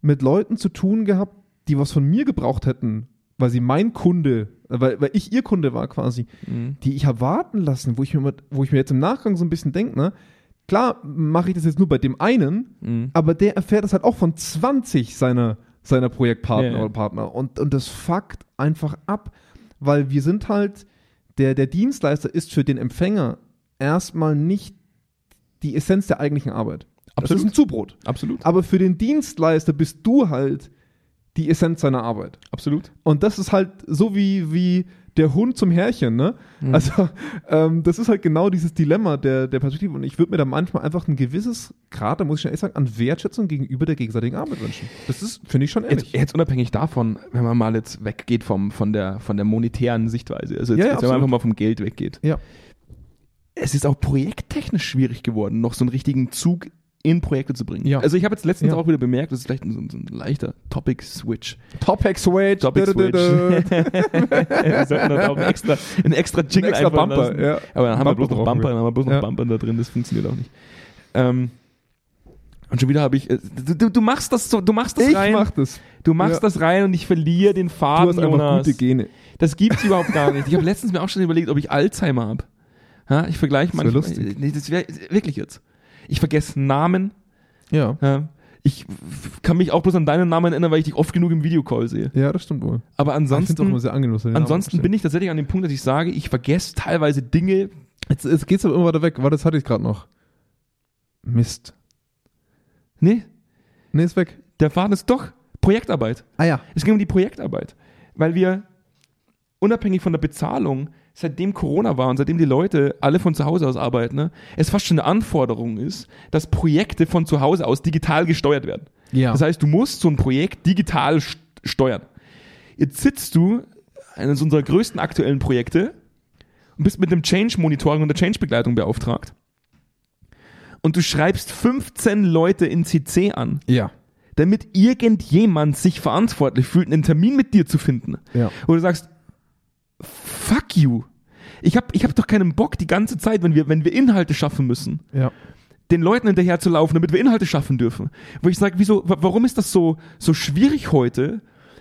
[SPEAKER 2] mit Leuten zu tun gehabt, die was von mir gebraucht hätten, weil sie mein Kunde, äh, weil, weil ich ihr Kunde war quasi,
[SPEAKER 1] Mhm.
[SPEAKER 2] die ich habe warten lassen, wo ich mir, mal- wo ich mir jetzt im Nachgang so ein bisschen denke, ne? Klar mache ich das jetzt nur bei dem einen,
[SPEAKER 1] Mhm.
[SPEAKER 2] aber der erfährt das halt auch von 20 seiner, seiner Projektpartner
[SPEAKER 1] Ja, ja.
[SPEAKER 2] oder Partner. Und, und das fuckt einfach ab, weil wir sind halt, der, der Dienstleister ist für den Empfänger erstmal nicht die Essenz der eigentlichen Arbeit. Das
[SPEAKER 1] Absolut.
[SPEAKER 2] ist ein Zubrot.
[SPEAKER 1] Absolut.
[SPEAKER 2] Aber für den Dienstleister bist du halt die Essenz seiner Arbeit.
[SPEAKER 1] Absolut.
[SPEAKER 2] Und das ist halt so wie, wie der Hund zum Herrchen, ne? Also, ähm, das ist halt genau dieses Dilemma der, der Perspektive. Und ich würde mir da manchmal einfach ein gewisses Grad, da muss ich schon ehrlich sagen, an Wertschätzung gegenüber der gegenseitigen Arbeit wünschen. Das ist, finde ich schon ehrlich.
[SPEAKER 1] Jetzt, jetzt unabhängig davon, wenn man mal jetzt weggeht vom, von, der, von der monetären Sichtweise, also jetzt,
[SPEAKER 2] Ja, ja,
[SPEAKER 1] jetzt wenn man
[SPEAKER 2] absolut.
[SPEAKER 1] einfach mal vom Geld weggeht.
[SPEAKER 2] Ja.
[SPEAKER 1] Es ist auch projekttechnisch schwierig geworden, noch so einen richtigen Zug in Projekte zu bringen.
[SPEAKER 2] Ja.
[SPEAKER 1] Also ich habe jetzt letztens
[SPEAKER 2] Ja.
[SPEAKER 1] auch wieder bemerkt, das ist vielleicht so ein, so ein leichter Topic-Switch.
[SPEAKER 2] Topic Switch.
[SPEAKER 1] Topic
[SPEAKER 2] Dö, dö, dö, dö.
[SPEAKER 1] wir sollten da auch einen extra, einen extra Jingle
[SPEAKER 2] Ein extra
[SPEAKER 1] einfallen
[SPEAKER 2] Bumper,
[SPEAKER 1] lassen.
[SPEAKER 2] ja.
[SPEAKER 1] Aber dann haben wir
[SPEAKER 2] Bumper
[SPEAKER 1] bloß noch
[SPEAKER 2] brauchen
[SPEAKER 1] Bumper,
[SPEAKER 2] wir.
[SPEAKER 1] dann haben wir bloß noch
[SPEAKER 2] Ja.
[SPEAKER 1] Bumper da drin, das funktioniert auch nicht. Ähm, und schon wieder habe ich, äh, du, du- du machst das so, du machst das
[SPEAKER 2] Ich
[SPEAKER 1] rein.
[SPEAKER 2] mach das.
[SPEAKER 1] Du machst
[SPEAKER 2] Ja.
[SPEAKER 1] das rein und ich verliere den
[SPEAKER 2] Du
[SPEAKER 1] Faden,
[SPEAKER 2] hast einfach
[SPEAKER 1] Jonas.
[SPEAKER 2] gute Gene.
[SPEAKER 1] Das gibt's überhaupt gar nicht. Ich habe letztens mir auch schon überlegt, ob ich Alzheimer habe. Ja, ich vergleiche
[SPEAKER 2] Das wär
[SPEAKER 1] manchmal.
[SPEAKER 2] lustig.
[SPEAKER 1] Nee, das wär, wirklich jetzt. Ich vergesse Namen.
[SPEAKER 2] Ja.
[SPEAKER 1] Ja. Ich f- kann mich auch bloß an deinen Namen erinnern, weil ich dich oft genug im Videocall sehe.
[SPEAKER 2] Ja, das stimmt wohl.
[SPEAKER 1] Aber
[SPEAKER 2] doch immer
[SPEAKER 1] ansonsten,
[SPEAKER 2] sehr angenehm. dass wir den Namen
[SPEAKER 1] ansonsten
[SPEAKER 2] verstehen.
[SPEAKER 1] bin ich tatsächlich an dem Punkt, dass ich sage, ich vergesse teilweise Dinge.
[SPEAKER 2] Jetzt, jetzt geht's aber immer weiter weg. Warte, das hatte ich gerade noch. Mist.
[SPEAKER 1] Nee,
[SPEAKER 2] Nee, ist weg.
[SPEAKER 1] der Faden ist doch Projektarbeit.
[SPEAKER 2] Ah ja.
[SPEAKER 1] Es ging um die Projektarbeit, weil wir unabhängig von der Bezahlung, seitdem Corona war und seitdem die Leute alle von zu Hause aus arbeiten, ne, es fast schon eine Anforderung ist, dass Projekte von zu Hause aus digital gesteuert werden.
[SPEAKER 2] Ja.
[SPEAKER 1] Das heißt, du musst so ein Projekt digital st steuern. Jetzt sitzt du, eines unserer größten aktuellen Projekte, und bist mit einem Change-Monitoring und der Change-Begleitung beauftragt. Und du schreibst 15 Leute in CC an
[SPEAKER 2] ja.
[SPEAKER 1] damit irgendjemand sich verantwortlich fühlt, einen Termin mit dir zu finden.
[SPEAKER 2] Ja.
[SPEAKER 1] Wo du sagst, fuck you. Ich habe ich hab doch keinen Bock die ganze Zeit, wenn wir, wenn wir Inhalte schaffen müssen,
[SPEAKER 2] Ja.
[SPEAKER 1] den Leuten hinterher zu laufen, damit wir Inhalte schaffen dürfen. Wo ich sage, wieso, wa- warum ist das so, so schwierig heute,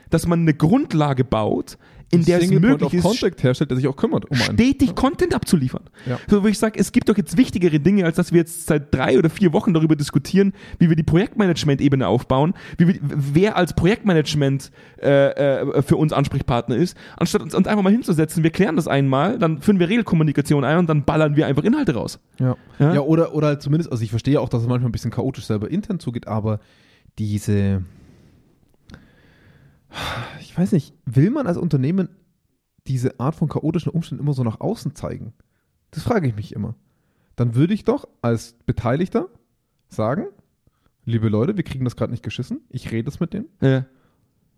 [SPEAKER 1] dass man eine Grundlage baut, in der es
[SPEAKER 4] Single Point
[SPEAKER 1] möglich
[SPEAKER 4] of
[SPEAKER 1] ist,
[SPEAKER 4] Contact herstellt, der sich auch kümmert um einen.
[SPEAKER 1] stetig Content abzuliefern.
[SPEAKER 4] Ja.
[SPEAKER 1] So, wo ich sage, es gibt doch jetzt wichtigere Dinge, als dass wir jetzt seit drei oder vier Wochen darüber diskutieren, wie wir die Projektmanagement-Ebene aufbauen, wie wir, wer als Projektmanagement äh, äh, für uns Ansprechpartner ist, anstatt uns, uns einfach mal hinzusetzen, wir klären das einmal, dann führen wir Regelkommunikation ein und dann ballern wir einfach Inhalte raus.
[SPEAKER 4] Ja.
[SPEAKER 1] Ja?
[SPEAKER 2] Ja, oder, oder halt zumindest, also ich verstehe auch, dass es manchmal ein bisschen chaotisch selber intern zugeht, aber diese, ich weiß nicht, will man als Unternehmen diese Art von chaotischen Umständen immer so nach außen zeigen? Das frage ich mich immer. Dann würde ich doch als Beteiligter sagen, liebe Leute, wir kriegen das gerade nicht geschissen, ich rede es mit denen,
[SPEAKER 1] Ja,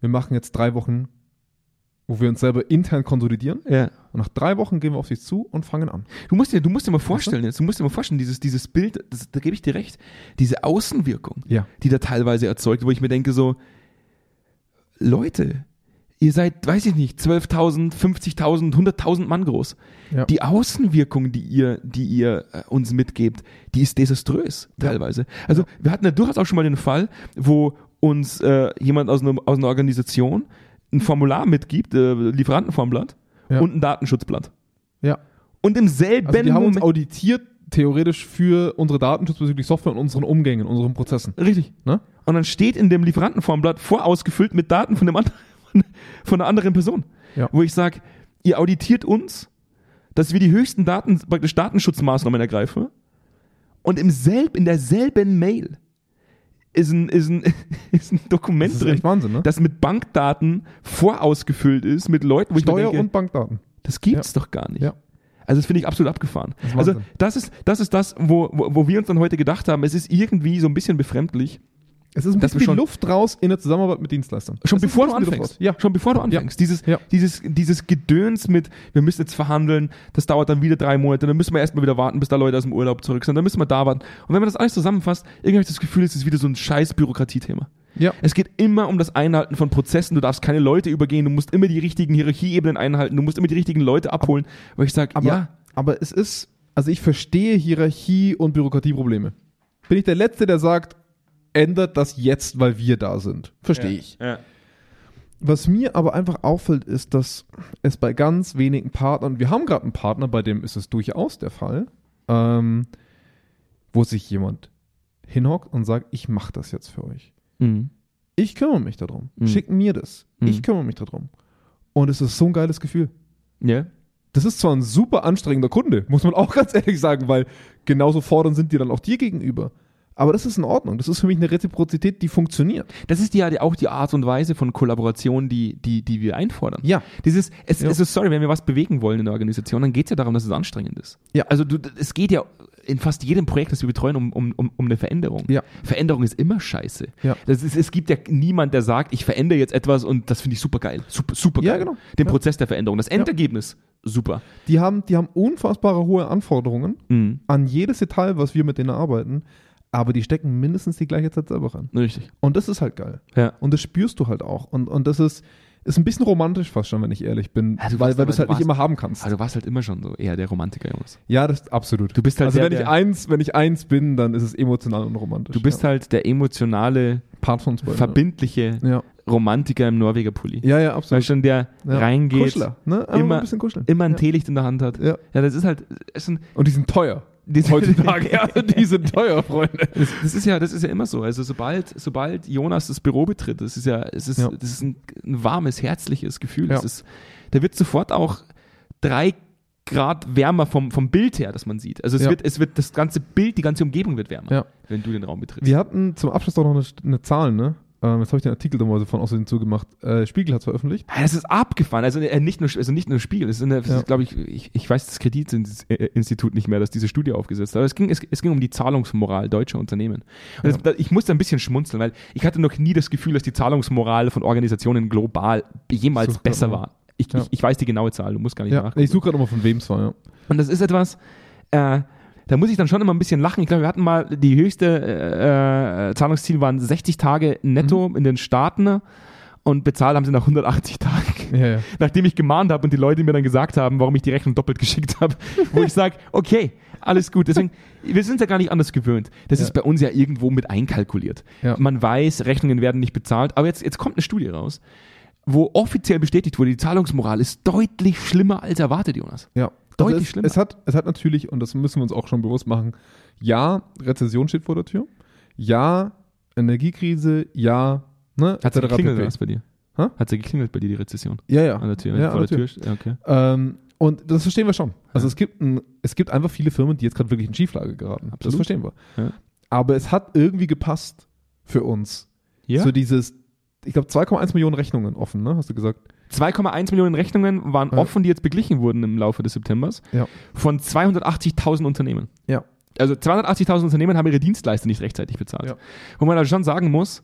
[SPEAKER 2] wir machen jetzt drei Wochen, wo wir uns selber intern konsolidieren
[SPEAKER 1] ja.
[SPEAKER 2] und nach drei Wochen gehen wir auf sie zu und fangen an.
[SPEAKER 1] Du musst dir, du musst dir mal vorstellen, jetzt, du musst dir mal vorstellen, dieses, dieses Bild, das, da gebe ich dir recht, diese Außenwirkung,
[SPEAKER 2] Ja.
[SPEAKER 1] die da teilweise erzeugt, wo ich mir denke so, Leute, ihr seid, weiß ich nicht, 12.000, 50.000, 100.000 Mann groß.
[SPEAKER 4] Ja.
[SPEAKER 1] Die Außenwirkung, die ihr, die ihr äh, uns mitgebt, die ist desaströs teilweise. Also wir hatten ja durchaus auch schon mal den Fall, wo uns äh, jemand aus, einem, aus einer Organisation ein Formular mitgibt, äh, Lieferantenformblatt
[SPEAKER 4] Ja.
[SPEAKER 1] und ein Datenschutzblatt.
[SPEAKER 4] Ja.
[SPEAKER 1] Und im selben
[SPEAKER 4] Also die haben uns
[SPEAKER 1] Moment-
[SPEAKER 4] auditiert, theoretisch für unsere Datenschutz bezüglich Software und unseren Umgängen, unseren Prozessen.
[SPEAKER 1] Richtig.
[SPEAKER 4] Ne?
[SPEAKER 1] Und dann steht in dem Lieferantenformblatt vorausgefüllt mit Daten von, dem anderen, von einer anderen Person.
[SPEAKER 4] Ja.
[SPEAKER 1] Wo ich sage, ihr auditiert uns, dass wir die höchsten Daten, praktisch Datenschutzmaßnahmen ergreifen. Und im selb, in derselben Mail ist ein, ist ein, ist ein Dokument
[SPEAKER 2] Das ist
[SPEAKER 1] drin,
[SPEAKER 2] echt Wahnsinn, ne?
[SPEAKER 1] das mit Bankdaten vorausgefüllt ist, mit Leuten, wo ich mir
[SPEAKER 2] Steuer-
[SPEAKER 1] denke,
[SPEAKER 2] und Bankdaten.
[SPEAKER 1] das gibt's doch gar nicht.
[SPEAKER 2] Ja.
[SPEAKER 1] Also das finde ich absolut abgefahren.
[SPEAKER 2] ist
[SPEAKER 1] also
[SPEAKER 2] Wahnsinn.
[SPEAKER 1] das ist, das ist das, wo, wo, wo wir uns dann heute gedacht haben, es ist irgendwie so ein bisschen befremdlich,
[SPEAKER 2] Es ist ein
[SPEAKER 1] Dass
[SPEAKER 2] bisschen
[SPEAKER 1] wir schon-
[SPEAKER 2] die Luft raus in der Zusammenarbeit mit Dienstleistern.
[SPEAKER 1] Schon
[SPEAKER 2] Es ist
[SPEAKER 1] bevor du
[SPEAKER 2] ein bisschen die
[SPEAKER 1] anfängst.
[SPEAKER 2] Luft raus.
[SPEAKER 1] Schon bevor du anfängst. Dieses,
[SPEAKER 2] Ja.
[SPEAKER 1] dieses, dieses Gedöns mit, wir müssen jetzt verhandeln, das dauert dann wieder drei Monate, dann müssen wir erstmal wieder warten, bis da Leute aus dem Urlaub zurück sind, dann müssen wir da warten. Und wenn man das alles zusammenfasst, irgendwie habe ich das Gefühl, es ist wieder so ein scheiß Bürokratiethema.
[SPEAKER 2] Ja. ja.
[SPEAKER 1] Es geht immer um das Einhalten von Prozessen, du darfst keine Leute übergehen, du musst immer die richtigen Hierarchieebenen einhalten, du musst immer die richtigen Leute abholen. Weil ich sage,
[SPEAKER 2] Aber,
[SPEAKER 1] ja,
[SPEAKER 2] aber es ist, also ich verstehe Hierarchie und Bürokratieprobleme. Bin ich der Letzte, der sagt, ändert das jetzt, weil wir da sind. Verstehe ich.
[SPEAKER 1] Ja.
[SPEAKER 2] Was mir aber einfach auffällt, ist, dass es bei ganz wenigen Partnern, wir haben gerade einen Partner, bei dem ist es durchaus der Fall, ähm, wo sich jemand hinhockt und sagt, ich mache das jetzt für euch.
[SPEAKER 1] Mhm.
[SPEAKER 2] Ich kümmere mich darum.
[SPEAKER 1] Mhm.
[SPEAKER 2] Schickt mir das.
[SPEAKER 1] Mhm.
[SPEAKER 2] Ich kümmere mich darum. Und es ist so ein geiles Gefühl.
[SPEAKER 1] ja.
[SPEAKER 2] Das ist zwar ein super anstrengender Kunde, muss man auch ganz ehrlich sagen, weil genauso fordernd sind die dann auch dir gegenüber. Aber das ist in Ordnung. Das ist für mich eine Reziprozität, die funktioniert.
[SPEAKER 1] Das ist ja die- auch die Art und Weise von Kollaboration, die, die, die wir einfordern.
[SPEAKER 2] Ja.
[SPEAKER 1] Dieses, es,
[SPEAKER 2] Ja.
[SPEAKER 1] es ist, sorry, wenn wir was bewegen wollen in der Organisation, dann geht es ja darum, dass es anstrengend ist.
[SPEAKER 2] Ja.
[SPEAKER 1] Also du, es geht ja in fast jedem Projekt, das wir betreuen, um, um, um, um eine Veränderung.
[SPEAKER 2] Ja.
[SPEAKER 1] Veränderung ist immer scheiße.
[SPEAKER 2] Ja.
[SPEAKER 1] Das ist, es gibt ja niemand, der sagt, ich verändere jetzt etwas und das finde ich super geil. Super, super geil.
[SPEAKER 2] Ja, genau.
[SPEAKER 1] Den
[SPEAKER 2] Ja.
[SPEAKER 1] Prozess der Veränderung. Das Endergebnis, super.
[SPEAKER 2] Die haben, die haben unfassbare hohe Anforderungen
[SPEAKER 1] Mhm.
[SPEAKER 2] an jedes Detail, was wir mit denen arbeiten. Aber die stecken mindestens die gleiche Zeit selber rein.
[SPEAKER 1] Richtig.
[SPEAKER 2] Und das ist halt geil.
[SPEAKER 1] Ja.
[SPEAKER 2] Und das spürst du halt auch. Und, und das ist, ist ein bisschen romantisch fast schon, wenn ich ehrlich bin.
[SPEAKER 1] Ja, du warst
[SPEAKER 2] weil weil
[SPEAKER 1] aber-
[SPEAKER 2] du es halt
[SPEAKER 1] du
[SPEAKER 2] nicht immer
[SPEAKER 1] warst-
[SPEAKER 2] haben kannst.
[SPEAKER 1] Aber du warst halt immer schon so eher der Romantiker, Jonas.
[SPEAKER 2] ja, das absolut.
[SPEAKER 1] Du bist halt
[SPEAKER 2] also
[SPEAKER 1] der,
[SPEAKER 2] wenn ich
[SPEAKER 1] der-
[SPEAKER 2] eins, wenn ich eins bin, dann ist es emotional und romantisch.
[SPEAKER 1] Du bist
[SPEAKER 2] ja.
[SPEAKER 1] halt der emotionale,
[SPEAKER 2] Part von uns beiden, ja.
[SPEAKER 1] verbindliche
[SPEAKER 2] Ja.
[SPEAKER 1] Romantiker im Norweger Pulli.
[SPEAKER 2] Ja, ja, absolut.
[SPEAKER 1] Weißt du, der
[SPEAKER 2] Ja.
[SPEAKER 1] reingeht,
[SPEAKER 2] Kuschler, ne? Einfach
[SPEAKER 1] immer-
[SPEAKER 2] ein bisschen kuscheln.
[SPEAKER 1] immer ein
[SPEAKER 2] ja.
[SPEAKER 1] Teelicht in der Hand hat.
[SPEAKER 2] Ja.
[SPEAKER 1] das ist halt, es ist ein,
[SPEAKER 2] Und die sind teuer.
[SPEAKER 1] das,
[SPEAKER 2] Heutzutage, ja, die sind teuer, Freunde.
[SPEAKER 1] das ist ja, das ist ja immer so. Also sobald, sobald Jonas das Büro betritt, das ist ja, es ist,
[SPEAKER 2] Ja.
[SPEAKER 1] das ist ein, ein warmes, herzliches Gefühl.
[SPEAKER 2] Ja.
[SPEAKER 1] Das ist, da wird sofort auch drei Grad wärmer vom, vom Bild her, das man sieht. Also es
[SPEAKER 2] Ja.
[SPEAKER 1] wird, es wird, das ganze Bild, die ganze Umgebung wird wärmer,
[SPEAKER 2] Ja.
[SPEAKER 1] wenn du den Raum betrittst.
[SPEAKER 2] Wir hatten zum Abschluss doch noch eine, eine Zahl, ne? Ähm, jetzt habe ich den Artikel dummerweise von außerdem zugemacht. Äh, Spiegel hat es veröffentlicht.
[SPEAKER 1] Ah, Das ist abgefahren. Also äh, nicht nur, also nicht nur Spiegel. Das ist, eine- das
[SPEAKER 2] Ja.
[SPEAKER 1] ist glaube ich, ich, ich weiß das Kreditinstitut nicht mehr, das diese Studie aufgesetzt hat. Aber es ging, es, es ging um die Zahlungsmoral deutscher Unternehmen. Und das, da- ich musste ein bisschen schmunzeln, weil ich hatte noch nie das Gefühl, dass die Zahlungsmoral von Organisationen global jemals
[SPEAKER 2] Such grad
[SPEAKER 1] besser
[SPEAKER 2] mal.
[SPEAKER 1] war. Ich,
[SPEAKER 2] Ja.
[SPEAKER 1] ich, ich weiß die genaue Zahl, du musst gar nicht
[SPEAKER 2] Ja,
[SPEAKER 1] nachgucken.
[SPEAKER 2] ich suche gerade mal, von wem es war, ja.
[SPEAKER 1] Und das ist etwas, äh, da muss ich dann schon immer ein bisschen lachen. Ich glaube, wir hatten mal die höchste äh, äh, Zahlungsziel waren 60 Tage netto
[SPEAKER 2] Mhm.
[SPEAKER 1] in den Staaten ne? und bezahlt haben sie nach 180 Tagen
[SPEAKER 2] Ja, ja.
[SPEAKER 1] nachdem ich gemahnt habe und die Leute mir dann gesagt haben, warum ich die Rechnung doppelt geschickt habe, wo ich sage, okay, alles gut. Deswegen, wir sind ja gar nicht anders gewöhnt. Das
[SPEAKER 2] Ja.
[SPEAKER 1] ist bei uns ja irgendwo mit einkalkuliert.
[SPEAKER 2] Ja.
[SPEAKER 1] Man weiß, Rechnungen werden nicht bezahlt, aber jetzt, jetzt kommt eine Studie raus, wo offiziell bestätigt wurde, die Zahlungsmoral ist deutlich schlimmer als erwartet, Jonas.
[SPEAKER 2] Ja.
[SPEAKER 1] Deutlich
[SPEAKER 2] also es,
[SPEAKER 1] schlimmer.
[SPEAKER 2] Es hat, es hat natürlich, und das müssen wir uns auch schon bewusst machen, ja, Rezession steht vor der Tür. Ja, Energiekrise, ja, ne,
[SPEAKER 1] Hat sie
[SPEAKER 2] etc.
[SPEAKER 1] geklingelt
[SPEAKER 2] pp.
[SPEAKER 1] oder was bei dir?
[SPEAKER 2] Hä?
[SPEAKER 1] Hat sie geklingelt bei dir die Rezession?
[SPEAKER 2] Ja, ja.
[SPEAKER 1] An der Tür,
[SPEAKER 2] ja,
[SPEAKER 1] vor
[SPEAKER 2] an
[SPEAKER 1] der Tür. Ja, okay.
[SPEAKER 2] Ähm, und das verstehen wir schon. Also es, gibt ein, es gibt einfach viele Firmen, die jetzt gerade wirklich in Schieflage geraten. Das
[SPEAKER 1] Absolut.
[SPEAKER 2] verstehen wir.
[SPEAKER 1] Ja.
[SPEAKER 2] Aber es hat irgendwie gepasst für uns. So dieses, ich glaube, 2,1 Millionen Rechnungen offen, ne? hast du gesagt.
[SPEAKER 1] 2,1 Millionen Rechnungen waren
[SPEAKER 2] Ja.
[SPEAKER 1] offen, die jetzt beglichen wurden im Laufe des Septembers,
[SPEAKER 2] Ja.
[SPEAKER 1] von 280.000 Unternehmen.
[SPEAKER 2] Ja.
[SPEAKER 1] Also 280.000 Unternehmen haben ihre Dienstleister nicht rechtzeitig bezahlt.
[SPEAKER 2] Ja.
[SPEAKER 1] Wo man also schon sagen muss,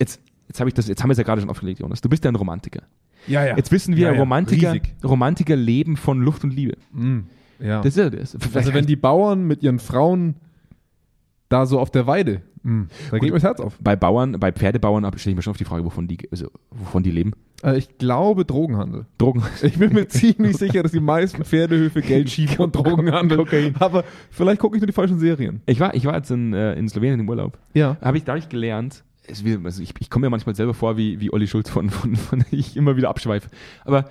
[SPEAKER 1] jetzt, jetzt, hab ich das, jetzt haben wir es ja gerade schon aufgelegt, Jonas, du bist ja ein Romantiker.
[SPEAKER 2] Ja, ja.
[SPEAKER 1] Jetzt wissen wir,
[SPEAKER 2] Ja, ja,
[SPEAKER 1] Romantiker,
[SPEAKER 2] riesig.
[SPEAKER 1] Romantiker leben von Luft und Liebe.
[SPEAKER 2] ja.
[SPEAKER 1] Das ist ja das.
[SPEAKER 2] also wenn die Bauern mit ihren Frauen da so auf der Weide, da geht mir das Herz auf.
[SPEAKER 1] bei Bauern, bei Pferdebauern stelle ich mir schon auf die Frage, wovon die, also, wovon die leben.
[SPEAKER 2] Äh, ich glaube Drogenhandel.
[SPEAKER 1] Drogen.
[SPEAKER 2] Ich bin mir ziemlich sicher, dass die meisten Pferdehöfe Geld schieben und Drogenhandel. Aber vielleicht gucke ich nur die falschen Serien.
[SPEAKER 1] Ich war, ich war jetzt in, äh, in Slowenien im Urlaub.
[SPEAKER 2] Ja.
[SPEAKER 1] Habe ich dadurch gelernt, es wird- also ich, ich komme mir manchmal selber vor, wie, wie Olli Schulz von, von, von ich immer wieder abschweife. Aber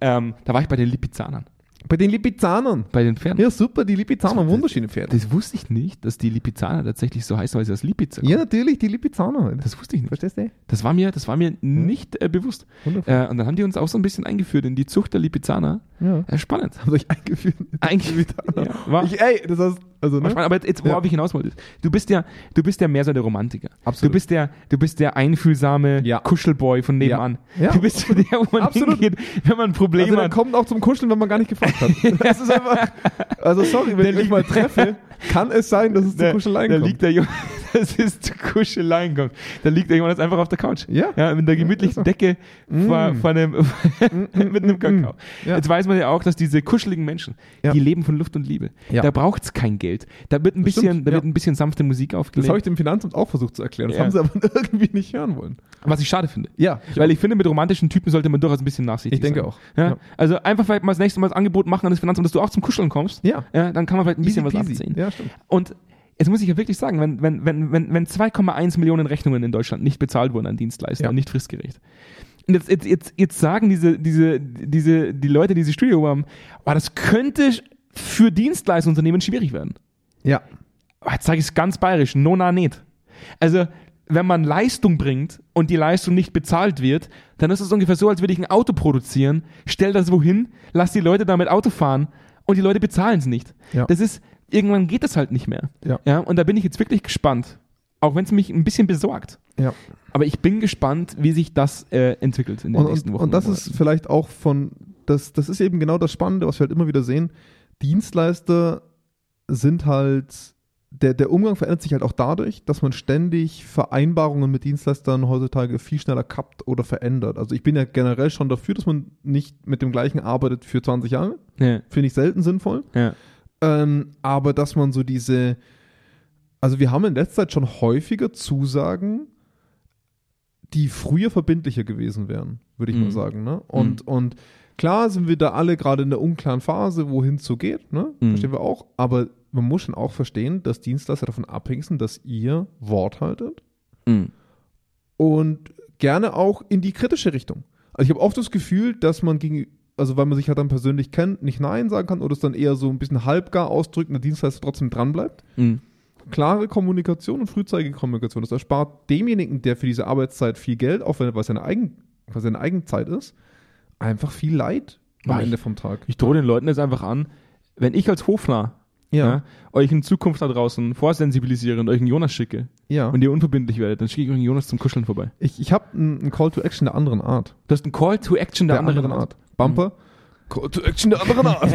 [SPEAKER 1] ähm, da war ich bei den Lipizzanern,
[SPEAKER 2] Bei den Lipizzanern.
[SPEAKER 1] bei den Pferden.
[SPEAKER 2] Ja, super, die Lipizzaner, wunderschöne Pferde.
[SPEAKER 1] Das wusste ich nicht, dass die Lipizzaner tatsächlich so heißen, weil sie aus Lipizza kommen.
[SPEAKER 2] Ja, natürlich, die Lipizzaner.
[SPEAKER 1] Das wusste ich nicht.
[SPEAKER 2] Verstehst du?
[SPEAKER 1] Das war mir, das war mir nicht äh, bewusst.
[SPEAKER 2] Wundervoll.
[SPEAKER 1] Äh, und dann haben die uns auch so ein bisschen eingeführt in die Zucht der Lipizzaner.
[SPEAKER 2] Ja.
[SPEAKER 1] Äh, spannend.
[SPEAKER 2] Haben euch eingeführt.
[SPEAKER 1] Eingeführt. Ja, war,
[SPEAKER 2] Ich, ey, das heißt, also,
[SPEAKER 1] Aber
[SPEAKER 2] ne?
[SPEAKER 1] spannend, aber jetzt, worauf ich hinaus wollte, ist, du bist ja, du bist ja mehr so der Romantiker.
[SPEAKER 2] Absolut.
[SPEAKER 1] Du bist der, du bist der einfühlsame
[SPEAKER 2] Ja.
[SPEAKER 1] Kuschelboy von nebenan.
[SPEAKER 2] Ja. Ja.
[SPEAKER 1] Du bist so der, wo man
[SPEAKER 2] Absolut.
[SPEAKER 1] hingeht, wenn man ein Problem
[SPEAKER 2] Also, der
[SPEAKER 1] hat.
[SPEAKER 2] kommt auch zum Kuscheln, wenn man gar nicht gefragt hat. Das ist einfach, also, sorry, wenn ich mich mal treffe, kann es sein, dass es zu Kuscheleien
[SPEAKER 1] da
[SPEAKER 2] kommt.
[SPEAKER 1] liegt der Junge, das ist zu Kuscheleien kommt. Da liegt der Junge jetzt einfach auf der Couch.
[SPEAKER 2] Ja. Mm.
[SPEAKER 1] ja mit der gemütlichen Decke vor, vor einem, mit einem Kakao.
[SPEAKER 2] Ja.
[SPEAKER 1] Jetzt weiß man ja auch, dass diese kuscheligen Menschen,
[SPEAKER 2] Ja.
[SPEAKER 1] die leben von Luft und Liebe.
[SPEAKER 2] Ja.
[SPEAKER 1] Da braucht's kein Geld. Da wird ein bisschen,
[SPEAKER 2] stimmt,
[SPEAKER 1] da wird
[SPEAKER 2] ja.
[SPEAKER 1] ein bisschen sanfte Musik
[SPEAKER 2] das
[SPEAKER 1] aufgelegt.
[SPEAKER 2] habe ich dem Finanzamt auch versucht zu erklären. Das
[SPEAKER 1] Ja.
[SPEAKER 2] haben sie aber irgendwie nicht hören wollen.
[SPEAKER 1] was ich schade finde.
[SPEAKER 2] Ja,
[SPEAKER 1] Weil ich finde, mit romantischen Typen sollte man durchaus ein bisschen nachsichtig
[SPEAKER 2] Ich denke
[SPEAKER 1] sein.
[SPEAKER 2] auch.
[SPEAKER 1] Ja?
[SPEAKER 2] Ja.
[SPEAKER 1] Also einfach vielleicht mal das nächste Mal das Angebot machen an das Finanzamt, dass du auch zum Kuscheln kommst.
[SPEAKER 2] Ja.
[SPEAKER 1] ja dann kann man vielleicht ein bisschen was
[SPEAKER 2] Easy peasy.
[SPEAKER 1] abziehen.
[SPEAKER 2] Ja, stimmt.
[SPEAKER 1] Und jetzt muss ich ja wirklich sagen, wenn, wenn, wenn, wenn, wenn 2,1 Millionen Rechnungen in Deutschland nicht bezahlt wurden an Dienstleister
[SPEAKER 2] Ja.
[SPEAKER 1] und nicht fristgerecht. Und jetzt, jetzt, jetzt, jetzt sagen diese, diese, diese, die Leute, die diese Studie haben, oh, das könnte für Dienstleistungsunternehmen schwierig werden.
[SPEAKER 2] Ja.
[SPEAKER 1] Oh, jetzt sage ich es ganz bayerisch, nona net. Also, wenn man Leistung bringt und die Leistung nicht bezahlt wird, dann ist es ungefähr so, als würde ich ein Auto produzieren, stell das wohin, lass die Leute damit Auto fahren und die Leute bezahlen es nicht.
[SPEAKER 2] Ja.
[SPEAKER 1] Das ist, irgendwann geht das halt nicht mehr.
[SPEAKER 2] Ja.
[SPEAKER 1] Ja, und da bin ich jetzt wirklich gespannt, auch wenn es mich ein bisschen besorgt.
[SPEAKER 2] Ja.
[SPEAKER 1] Aber ich bin gespannt, wie sich das äh, entwickelt in den
[SPEAKER 2] und,
[SPEAKER 1] nächsten Wochen.
[SPEAKER 2] Und, und das ist vielleicht auch von, das, das ist eben genau das Spannende, was wir halt immer wieder sehen. Dienstleister sind halt, der, der Umgang verändert sich halt auch dadurch, dass man ständig Vereinbarungen mit Dienstleistern heutzutage viel schneller kappt oder verändert. Also ich bin ja generell schon dafür, dass man nicht mit dem gleichen arbeitet für 20 Jahre.
[SPEAKER 1] Ja,
[SPEAKER 2] Finde ich selten sinnvoll.
[SPEAKER 1] ja.
[SPEAKER 2] Ähm, aber dass man so diese, also wir haben in letzter Zeit schon häufiger Zusagen, die früher verbindlicher gewesen wären, würde ich
[SPEAKER 1] Mhm.
[SPEAKER 2] mal sagen. Ne? Und, und klar sind wir da alle gerade in der unklaren Phase, wohin es so geht, ne?
[SPEAKER 1] Mhm.
[SPEAKER 2] verstehen wir auch. Aber man muss schon auch verstehen, dass Dienstleister davon abhängig sind, dass ihr Wort haltet
[SPEAKER 1] Mhm.
[SPEAKER 2] und gerne auch in die kritische Richtung. Also ich habe oft das Gefühl, dass man gegen, also weil man sich halt dann persönlich kennt, nicht Nein sagen kann oder es dann eher so ein bisschen halbgar ausdrückt und der Dienstleister trotzdem dranbleibt.
[SPEAKER 1] Mhm.
[SPEAKER 2] Klare Kommunikation und frühzeitige Kommunikation, das erspart demjenigen, der für diese Arbeitszeit viel Geld, auch wenn was seine, Eigen, was seine Eigenzeit ist, einfach viel Leid am
[SPEAKER 1] Mach ich.
[SPEAKER 2] Ende vom Tag.
[SPEAKER 1] Ich drohe den Leuten jetzt einfach an, wenn ich als Hofner ja, euch in Zukunft da draußen vorsensibilisiere und euch einen Jonas schicke
[SPEAKER 2] ja.
[SPEAKER 1] und ihr unverbindlich werdet, dann schicke ich euch einen Jonas zum Kuscheln vorbei.
[SPEAKER 2] Ich, ich habe einen Call to Action der anderen Art.
[SPEAKER 1] Du hast einen Call to Action der, anderen, Art.
[SPEAKER 2] Bumper. Call to Action der anderen Art.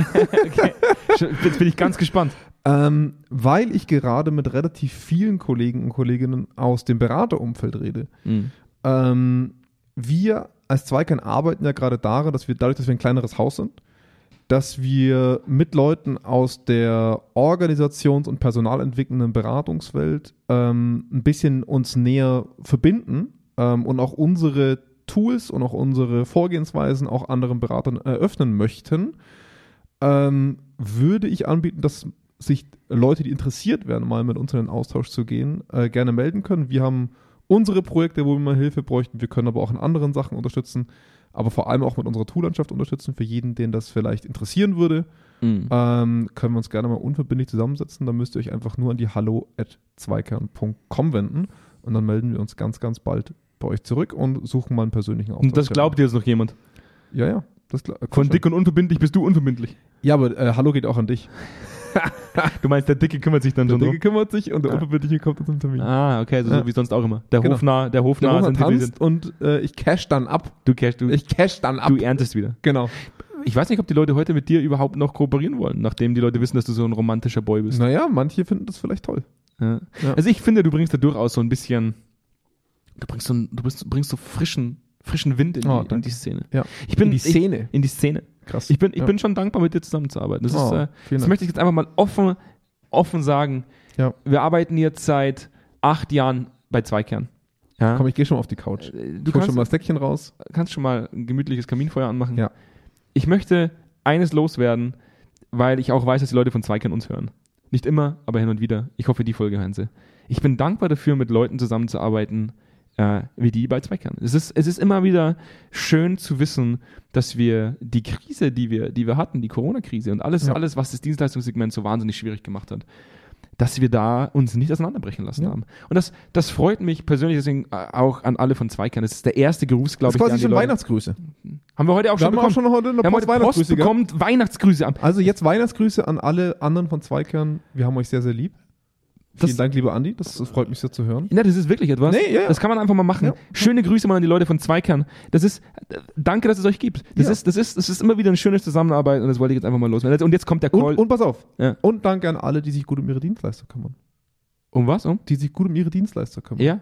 [SPEAKER 1] Jetzt bin ich ganz gespannt.
[SPEAKER 2] Ähm, weil ich gerade mit relativ vielen Kollegen und Kolleginnen aus dem Beraterumfeld rede.
[SPEAKER 1] Mhm.
[SPEAKER 2] Ähm, wir als Zweikern arbeiten ja gerade daran, dass wir dadurch, dass wir ein kleineres Haus sind, dass wir mit Leuten aus der Organisations- und personalentwickelnden Beratungswelt ähm, ein bisschen uns näher verbinden ähm, und auch unsere Tools und auch unsere Vorgehensweisen auch anderen Beratern eröffnen möchten, ähm, würde ich anbieten, dass sich Leute, die interessiert werden, mal mit uns in den Austausch zu gehen, äh, gerne melden können. Wir haben unsere Projekte, wo wir mal Hilfe bräuchten. Wir können aber auch in anderen Sachen unterstützen, aber vor allem auch mit unserer Toollandschaft unterstützen. Für jeden, den das vielleicht interessieren würde,
[SPEAKER 1] Mhm.
[SPEAKER 2] ähm, können wir uns gerne mal unverbindlich zusammensetzen. Dann müsst ihr euch einfach nur an die hallo.zweikern.com wenden und dann melden wir uns ganz, ganz bald bei euch zurück und suchen mal einen persönlichen Auftrag.
[SPEAKER 1] Und das glaubt dir jetzt noch jemand.
[SPEAKER 2] Ja, ja. Das glaub,
[SPEAKER 1] Von dick und unverbindlich bist du unverbindlich.
[SPEAKER 2] Ja, aber äh, Hallo geht auch an dich.
[SPEAKER 1] Du meinst, der Dicke kümmert sich dann
[SPEAKER 2] Der
[SPEAKER 1] schon drum.
[SPEAKER 2] Dicke kümmert sich und der
[SPEAKER 1] Ja.
[SPEAKER 2] Unverbindliche kommt dann zum Termin.
[SPEAKER 1] Ah, okay, also
[SPEAKER 2] Ja.
[SPEAKER 1] so wie sonst auch immer. Der
[SPEAKER 2] Genau.
[SPEAKER 1] Hofnarr, der
[SPEAKER 2] Der
[SPEAKER 1] Hofnarr
[SPEAKER 2] Roman
[SPEAKER 1] sensibilisiert.
[SPEAKER 2] tanzt und äh, ich cash dann ab.
[SPEAKER 1] Du cash, du,
[SPEAKER 2] Ich cash dann ab.
[SPEAKER 1] du erntest wieder.
[SPEAKER 2] Genau.
[SPEAKER 1] Ich weiß nicht, ob die Leute heute mit dir überhaupt noch kooperieren wollen, nachdem die Leute wissen, dass du so ein romantischer Boy bist.
[SPEAKER 2] Naja, manche finden das vielleicht toll.
[SPEAKER 1] Ja.
[SPEAKER 2] Ja.
[SPEAKER 1] Also ich finde, du bringst da durchaus so ein bisschen, du bringst so, ein, du bringst, bringst so frischen, frischen Wind in,
[SPEAKER 2] Oh,
[SPEAKER 1] die, in
[SPEAKER 2] danke.
[SPEAKER 1] die Szene.
[SPEAKER 2] Ja.
[SPEAKER 1] Ich bin,
[SPEAKER 2] In die
[SPEAKER 1] Ich,
[SPEAKER 2] Szene.
[SPEAKER 1] in die Szene.
[SPEAKER 2] Krass.
[SPEAKER 1] Ich bin, ich
[SPEAKER 2] Ja.
[SPEAKER 1] bin schon dankbar, mit dir zusammenzuarbeiten. Das,
[SPEAKER 2] Oh,
[SPEAKER 1] ist, äh,
[SPEAKER 2] vielen
[SPEAKER 1] das
[SPEAKER 2] Dank.
[SPEAKER 1] möchte ich jetzt einfach mal offen, offen sagen.
[SPEAKER 2] Ja.
[SPEAKER 1] Wir arbeiten jetzt seit acht Jahren bei Zweikern. Ja.
[SPEAKER 2] Komm, ich gehe schon mal auf die Couch.
[SPEAKER 1] Äh,
[SPEAKER 2] Du
[SPEAKER 1] du
[SPEAKER 2] ich hol schon
[SPEAKER 1] kannst,
[SPEAKER 2] mal das Deckchen raus.
[SPEAKER 1] kannst schon mal ein gemütliches Kaminfeuer anmachen.
[SPEAKER 2] Ja.
[SPEAKER 1] Ich möchte eines loswerden, weil ich auch weiß, dass die Leute von Zweikern uns hören. Nicht immer, aber hin und wieder. Ich hoffe, die Folge hören sie. Ich bin dankbar dafür, mit Leuten zusammenzuarbeiten, äh, wie die bei Zweikern. Es ist, es ist immer wieder schön zu wissen, dass wir die Krise, die wir, die wir hatten, die Corona-Krise und alles,
[SPEAKER 2] Ja.
[SPEAKER 1] alles, was das Dienstleistungssegment so wahnsinnig schwierig gemacht hat, dass wir da uns nicht auseinanderbrechen lassen
[SPEAKER 2] Ja.
[SPEAKER 1] haben. Und das, das freut mich persönlich deswegen äh, auch an alle von Zweikern. Das ist der erste Gruß, glaube ich, der an die
[SPEAKER 2] schon
[SPEAKER 1] Leute-
[SPEAKER 2] Weihnachtsgrüße.
[SPEAKER 1] Haben wir heute auch
[SPEAKER 2] Wir
[SPEAKER 1] schon
[SPEAKER 2] haben auch
[SPEAKER 1] bekommen.
[SPEAKER 2] schon heute eine
[SPEAKER 1] Wir haben
[SPEAKER 2] Post
[SPEAKER 1] heute Post
[SPEAKER 2] Weihnachtsgrüße. gehabt.
[SPEAKER 1] bekommen, Weihnachtsgrüße am
[SPEAKER 2] Also jetzt Weihnachtsgrüße an alle anderen von Zweikern. Wir haben euch sehr, sehr lieb.
[SPEAKER 1] Das-
[SPEAKER 2] Vielen Dank, lieber Andi. Das freut mich sehr zu hören.
[SPEAKER 1] Ja, das ist wirklich etwas.
[SPEAKER 2] Nee, ja, ja.
[SPEAKER 1] Das kann man einfach mal machen.
[SPEAKER 2] Ja.
[SPEAKER 1] Schöne Grüße mal an die Leute von Zweikern. Das ist, äh, danke, dass es euch gibt. Das,
[SPEAKER 2] Ja.
[SPEAKER 1] ist, das, ist, das ist immer wieder ein schönes Zusammenarbeiten und das wollte ich jetzt einfach mal loswerden. Und jetzt kommt der Call.
[SPEAKER 2] Und, und pass auf.
[SPEAKER 1] Ja.
[SPEAKER 2] Und danke an alle, die sich gut um ihre Dienstleister kümmern.
[SPEAKER 1] um was? Um?
[SPEAKER 2] Die sich gut um ihre Dienstleister kümmern.
[SPEAKER 1] Ja,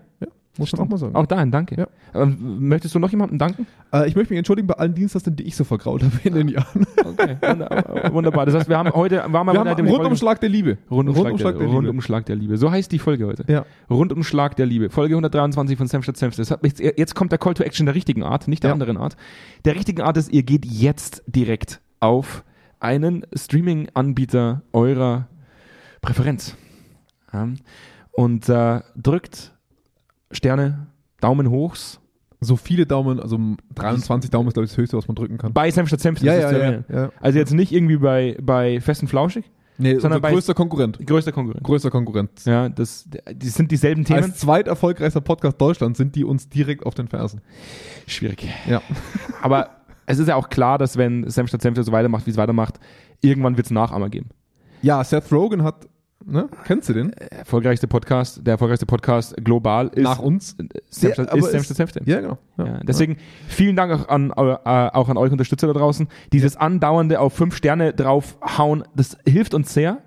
[SPEAKER 2] Muss man auch mal sagen.
[SPEAKER 1] auch dahin, danke.
[SPEAKER 2] Ja.
[SPEAKER 1] Ähm, möchtest du noch jemandem danken?
[SPEAKER 2] Äh, ich möchte mich entschuldigen bei allen Dienstleistern, die ich so vergrault habe in den Jahren.
[SPEAKER 1] Okay, wunderbar. wunderbar. Das heißt, wir haben heute, waren
[SPEAKER 2] Wir haben einen
[SPEAKER 1] dem Folge-
[SPEAKER 2] Rundumschlag der Liebe. um
[SPEAKER 1] Rundumschlag, um der,
[SPEAKER 2] der Liebe.
[SPEAKER 1] Rundumschlag der Liebe. um- So heißt die Folge heute.
[SPEAKER 2] Ja.
[SPEAKER 1] Rundumschlag der Liebe. Folge 123 von Sam statt Senf. Das hat mich, jetzt kommt der Call to Action der richtigen Art, nicht der
[SPEAKER 2] Ja.
[SPEAKER 1] anderen Art. Der richtigen Art ist, ihr geht jetzt direkt auf einen Streaming-Anbieter eurer Präferenz. Ja. Und äh, drückt Sterne, Daumen hochs.
[SPEAKER 2] So viele Daumen, also 23 Daumen ist, glaube ich, das höchste, was man drücken kann.
[SPEAKER 1] Bei Senf statt Senf. das ist der Mail.
[SPEAKER 2] ja.
[SPEAKER 1] Also jetzt nicht irgendwie bei, bei Fest und Flauschig.
[SPEAKER 2] Nee,
[SPEAKER 1] Sondern
[SPEAKER 2] sondern
[SPEAKER 1] bei-
[SPEAKER 2] größter Konkurrent.
[SPEAKER 1] Größter Konkurrent.
[SPEAKER 2] Größter Konkurrent.
[SPEAKER 1] Ja, das, die sind dieselben Themen.
[SPEAKER 2] Als zweiterfolgreichster Podcast Deutschlands sind die uns direkt auf den Fersen.
[SPEAKER 1] Schwierig.
[SPEAKER 2] Ja.
[SPEAKER 1] Aber es ist ja auch klar, dass wenn Sam statt Senf so weitermacht, wie es weitermacht, irgendwann wird es Nachahmer geben.
[SPEAKER 2] Ja, Seth Rogen hat, ne? Kennst du den?
[SPEAKER 1] Der erfolgreichste Podcast, der erfolgreichste Podcast global Äh, ist
[SPEAKER 2] Nach uns.
[SPEAKER 1] Sam
[SPEAKER 2] Ja,
[SPEAKER 1] statt
[SPEAKER 2] aber
[SPEAKER 1] ist Sam
[SPEAKER 2] ist-
[SPEAKER 1] statt Senf.
[SPEAKER 2] Ja, genau. Ja.
[SPEAKER 1] Ja, deswegen vielen Dank auch an, eu- äh, auch an euch Unterstützer da draußen. Dieses andauernde auf fünf Sterne draufhauen, das hilft uns sehr.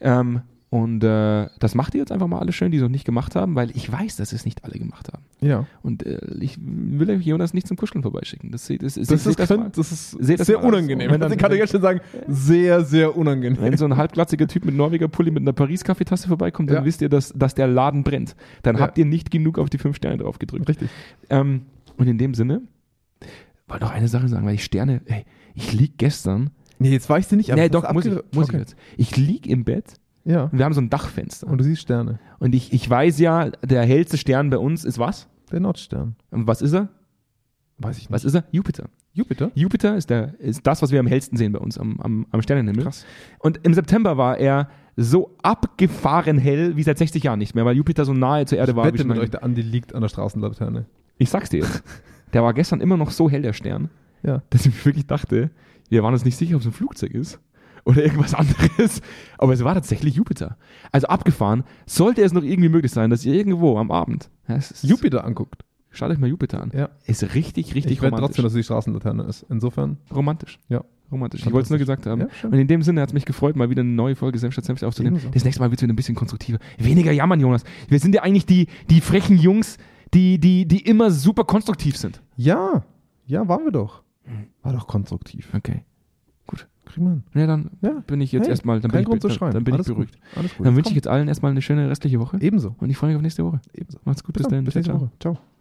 [SPEAKER 1] Ähm, und äh, das macht ihr jetzt einfach mal alle schön, die es noch nicht gemacht haben, weil ich weiß, dass es nicht alle gemacht haben.
[SPEAKER 2] Ja.
[SPEAKER 1] Und äh, ich will euch Jonas nicht zum Kuscheln vorbeischicken. Das, seht- das,
[SPEAKER 2] Das, ist,
[SPEAKER 1] seht
[SPEAKER 2] das,
[SPEAKER 1] mal.
[SPEAKER 2] könnt, das ist
[SPEAKER 1] Seht das
[SPEAKER 2] sehr
[SPEAKER 1] mal.
[SPEAKER 2] unangenehm.
[SPEAKER 1] Wenn dann-
[SPEAKER 2] ich kann dir jetzt schon sagen, sehr, sehr unangenehm.
[SPEAKER 1] Wenn so ein halbglatziger Typ mit Norweger Pulli mit einer Paris-Kaffeetasse vorbeikommt, dann
[SPEAKER 2] Ja.
[SPEAKER 1] wisst ihr, dass, dass der Laden brennt. Dann
[SPEAKER 2] Ja.
[SPEAKER 1] habt ihr nicht genug auf die fünf Sterne drauf gedrückt.
[SPEAKER 2] Richtig.
[SPEAKER 1] Ähm, und in dem Sinne, wollte noch eine Sache sagen, weil ich Sterne, ey, ich lieg gestern.
[SPEAKER 2] Nee, jetzt weißt du nicht,
[SPEAKER 1] nee,
[SPEAKER 2] das
[SPEAKER 1] doch,
[SPEAKER 2] ist
[SPEAKER 1] muss, ich,
[SPEAKER 2] abge-
[SPEAKER 1] muss
[SPEAKER 2] okay.
[SPEAKER 1] ich jetzt. Ich lieg im Bett
[SPEAKER 2] Ja.
[SPEAKER 1] und wir haben so ein Dachfenster.
[SPEAKER 2] Und
[SPEAKER 1] Und,
[SPEAKER 2] du siehst Sterne.
[SPEAKER 1] ich, ich weiß ja, der hellste Stern bei uns ist was?
[SPEAKER 2] Der Nordstern.
[SPEAKER 1] Und Was ist er?
[SPEAKER 2] Weiß ich nicht.
[SPEAKER 1] Was ist er? Jupiter.
[SPEAKER 2] Jupiter?
[SPEAKER 1] Jupiter ist, der, ist das, was wir am hellsten sehen bei uns am, am, am Sternenhimmel.
[SPEAKER 2] Krass.
[SPEAKER 1] Und im September war er so abgefahren hell wie seit 60 Jahren nicht mehr, weil Jupiter so nahe zur Erde war. wie
[SPEAKER 2] Wette
[SPEAKER 1] schon
[SPEAKER 2] mit
[SPEAKER 1] lange
[SPEAKER 2] euch, der Andi liegt an der Straßenlaterne.
[SPEAKER 1] nicht. ich sag's dir jetzt. Der war gestern immer noch so hell, der Stern,
[SPEAKER 2] Ja.
[SPEAKER 1] dass ich wirklich dachte, wir waren uns nicht sicher, ob es ein Flugzeug ist oder irgendwas anderes. Aber es war tatsächlich Jupiter. Also abgefahren, sollte es noch irgendwie möglich sein, dass ihr irgendwo am Abend. Ja, es ist,
[SPEAKER 2] Jupiter anguckt.
[SPEAKER 1] schaut euch mal Jupiter an.
[SPEAKER 2] Ja.
[SPEAKER 1] Ist richtig, richtig
[SPEAKER 2] Ich werde
[SPEAKER 1] romantisch.
[SPEAKER 2] trotzdem, dass es die Straßenlaterne ist. Insofern.
[SPEAKER 1] romantisch.
[SPEAKER 2] Ja.
[SPEAKER 1] Romantisch. Ich wollte es nur gesagt haben.
[SPEAKER 2] Ja, schön.
[SPEAKER 1] und in dem Sinne hat es mich gefreut, mal wieder eine neue Folge Senf statt Senf aufzunehmen.
[SPEAKER 2] Ebenso.
[SPEAKER 1] Das nächste Mal wird es wieder ein bisschen konstruktiver. Weniger jammern, Jonas. Wir sind ja eigentlich die, die frechen Jungs, die, die, die immer super konstruktiv sind.
[SPEAKER 2] Ja, ja, waren wir doch. War doch konstruktiv.
[SPEAKER 1] Okay.
[SPEAKER 2] Kriegen wir hin.
[SPEAKER 1] Na dann
[SPEAKER 2] Ja.
[SPEAKER 1] bin ich jetzt
[SPEAKER 2] Hey,
[SPEAKER 1] erstmal, dann bin,
[SPEAKER 2] Kein
[SPEAKER 1] ich,
[SPEAKER 2] Grund zu
[SPEAKER 1] be-
[SPEAKER 2] schreien.
[SPEAKER 1] dann bin ich
[SPEAKER 2] Alles
[SPEAKER 1] beruhigt.
[SPEAKER 2] Gut. Alles gut.
[SPEAKER 1] Dann wünsche ich
[SPEAKER 2] Komm.
[SPEAKER 1] jetzt allen erstmal eine schöne restliche Woche
[SPEAKER 2] Ebenso.
[SPEAKER 1] und ich freue mich auf nächste Woche.
[SPEAKER 2] Ebenso.
[SPEAKER 1] Macht's gut, bis,
[SPEAKER 2] Bis
[SPEAKER 1] dann.
[SPEAKER 2] dann. Bis
[SPEAKER 1] Ciao,
[SPEAKER 2] nächste
[SPEAKER 1] ciao.
[SPEAKER 2] Woche. Ciao.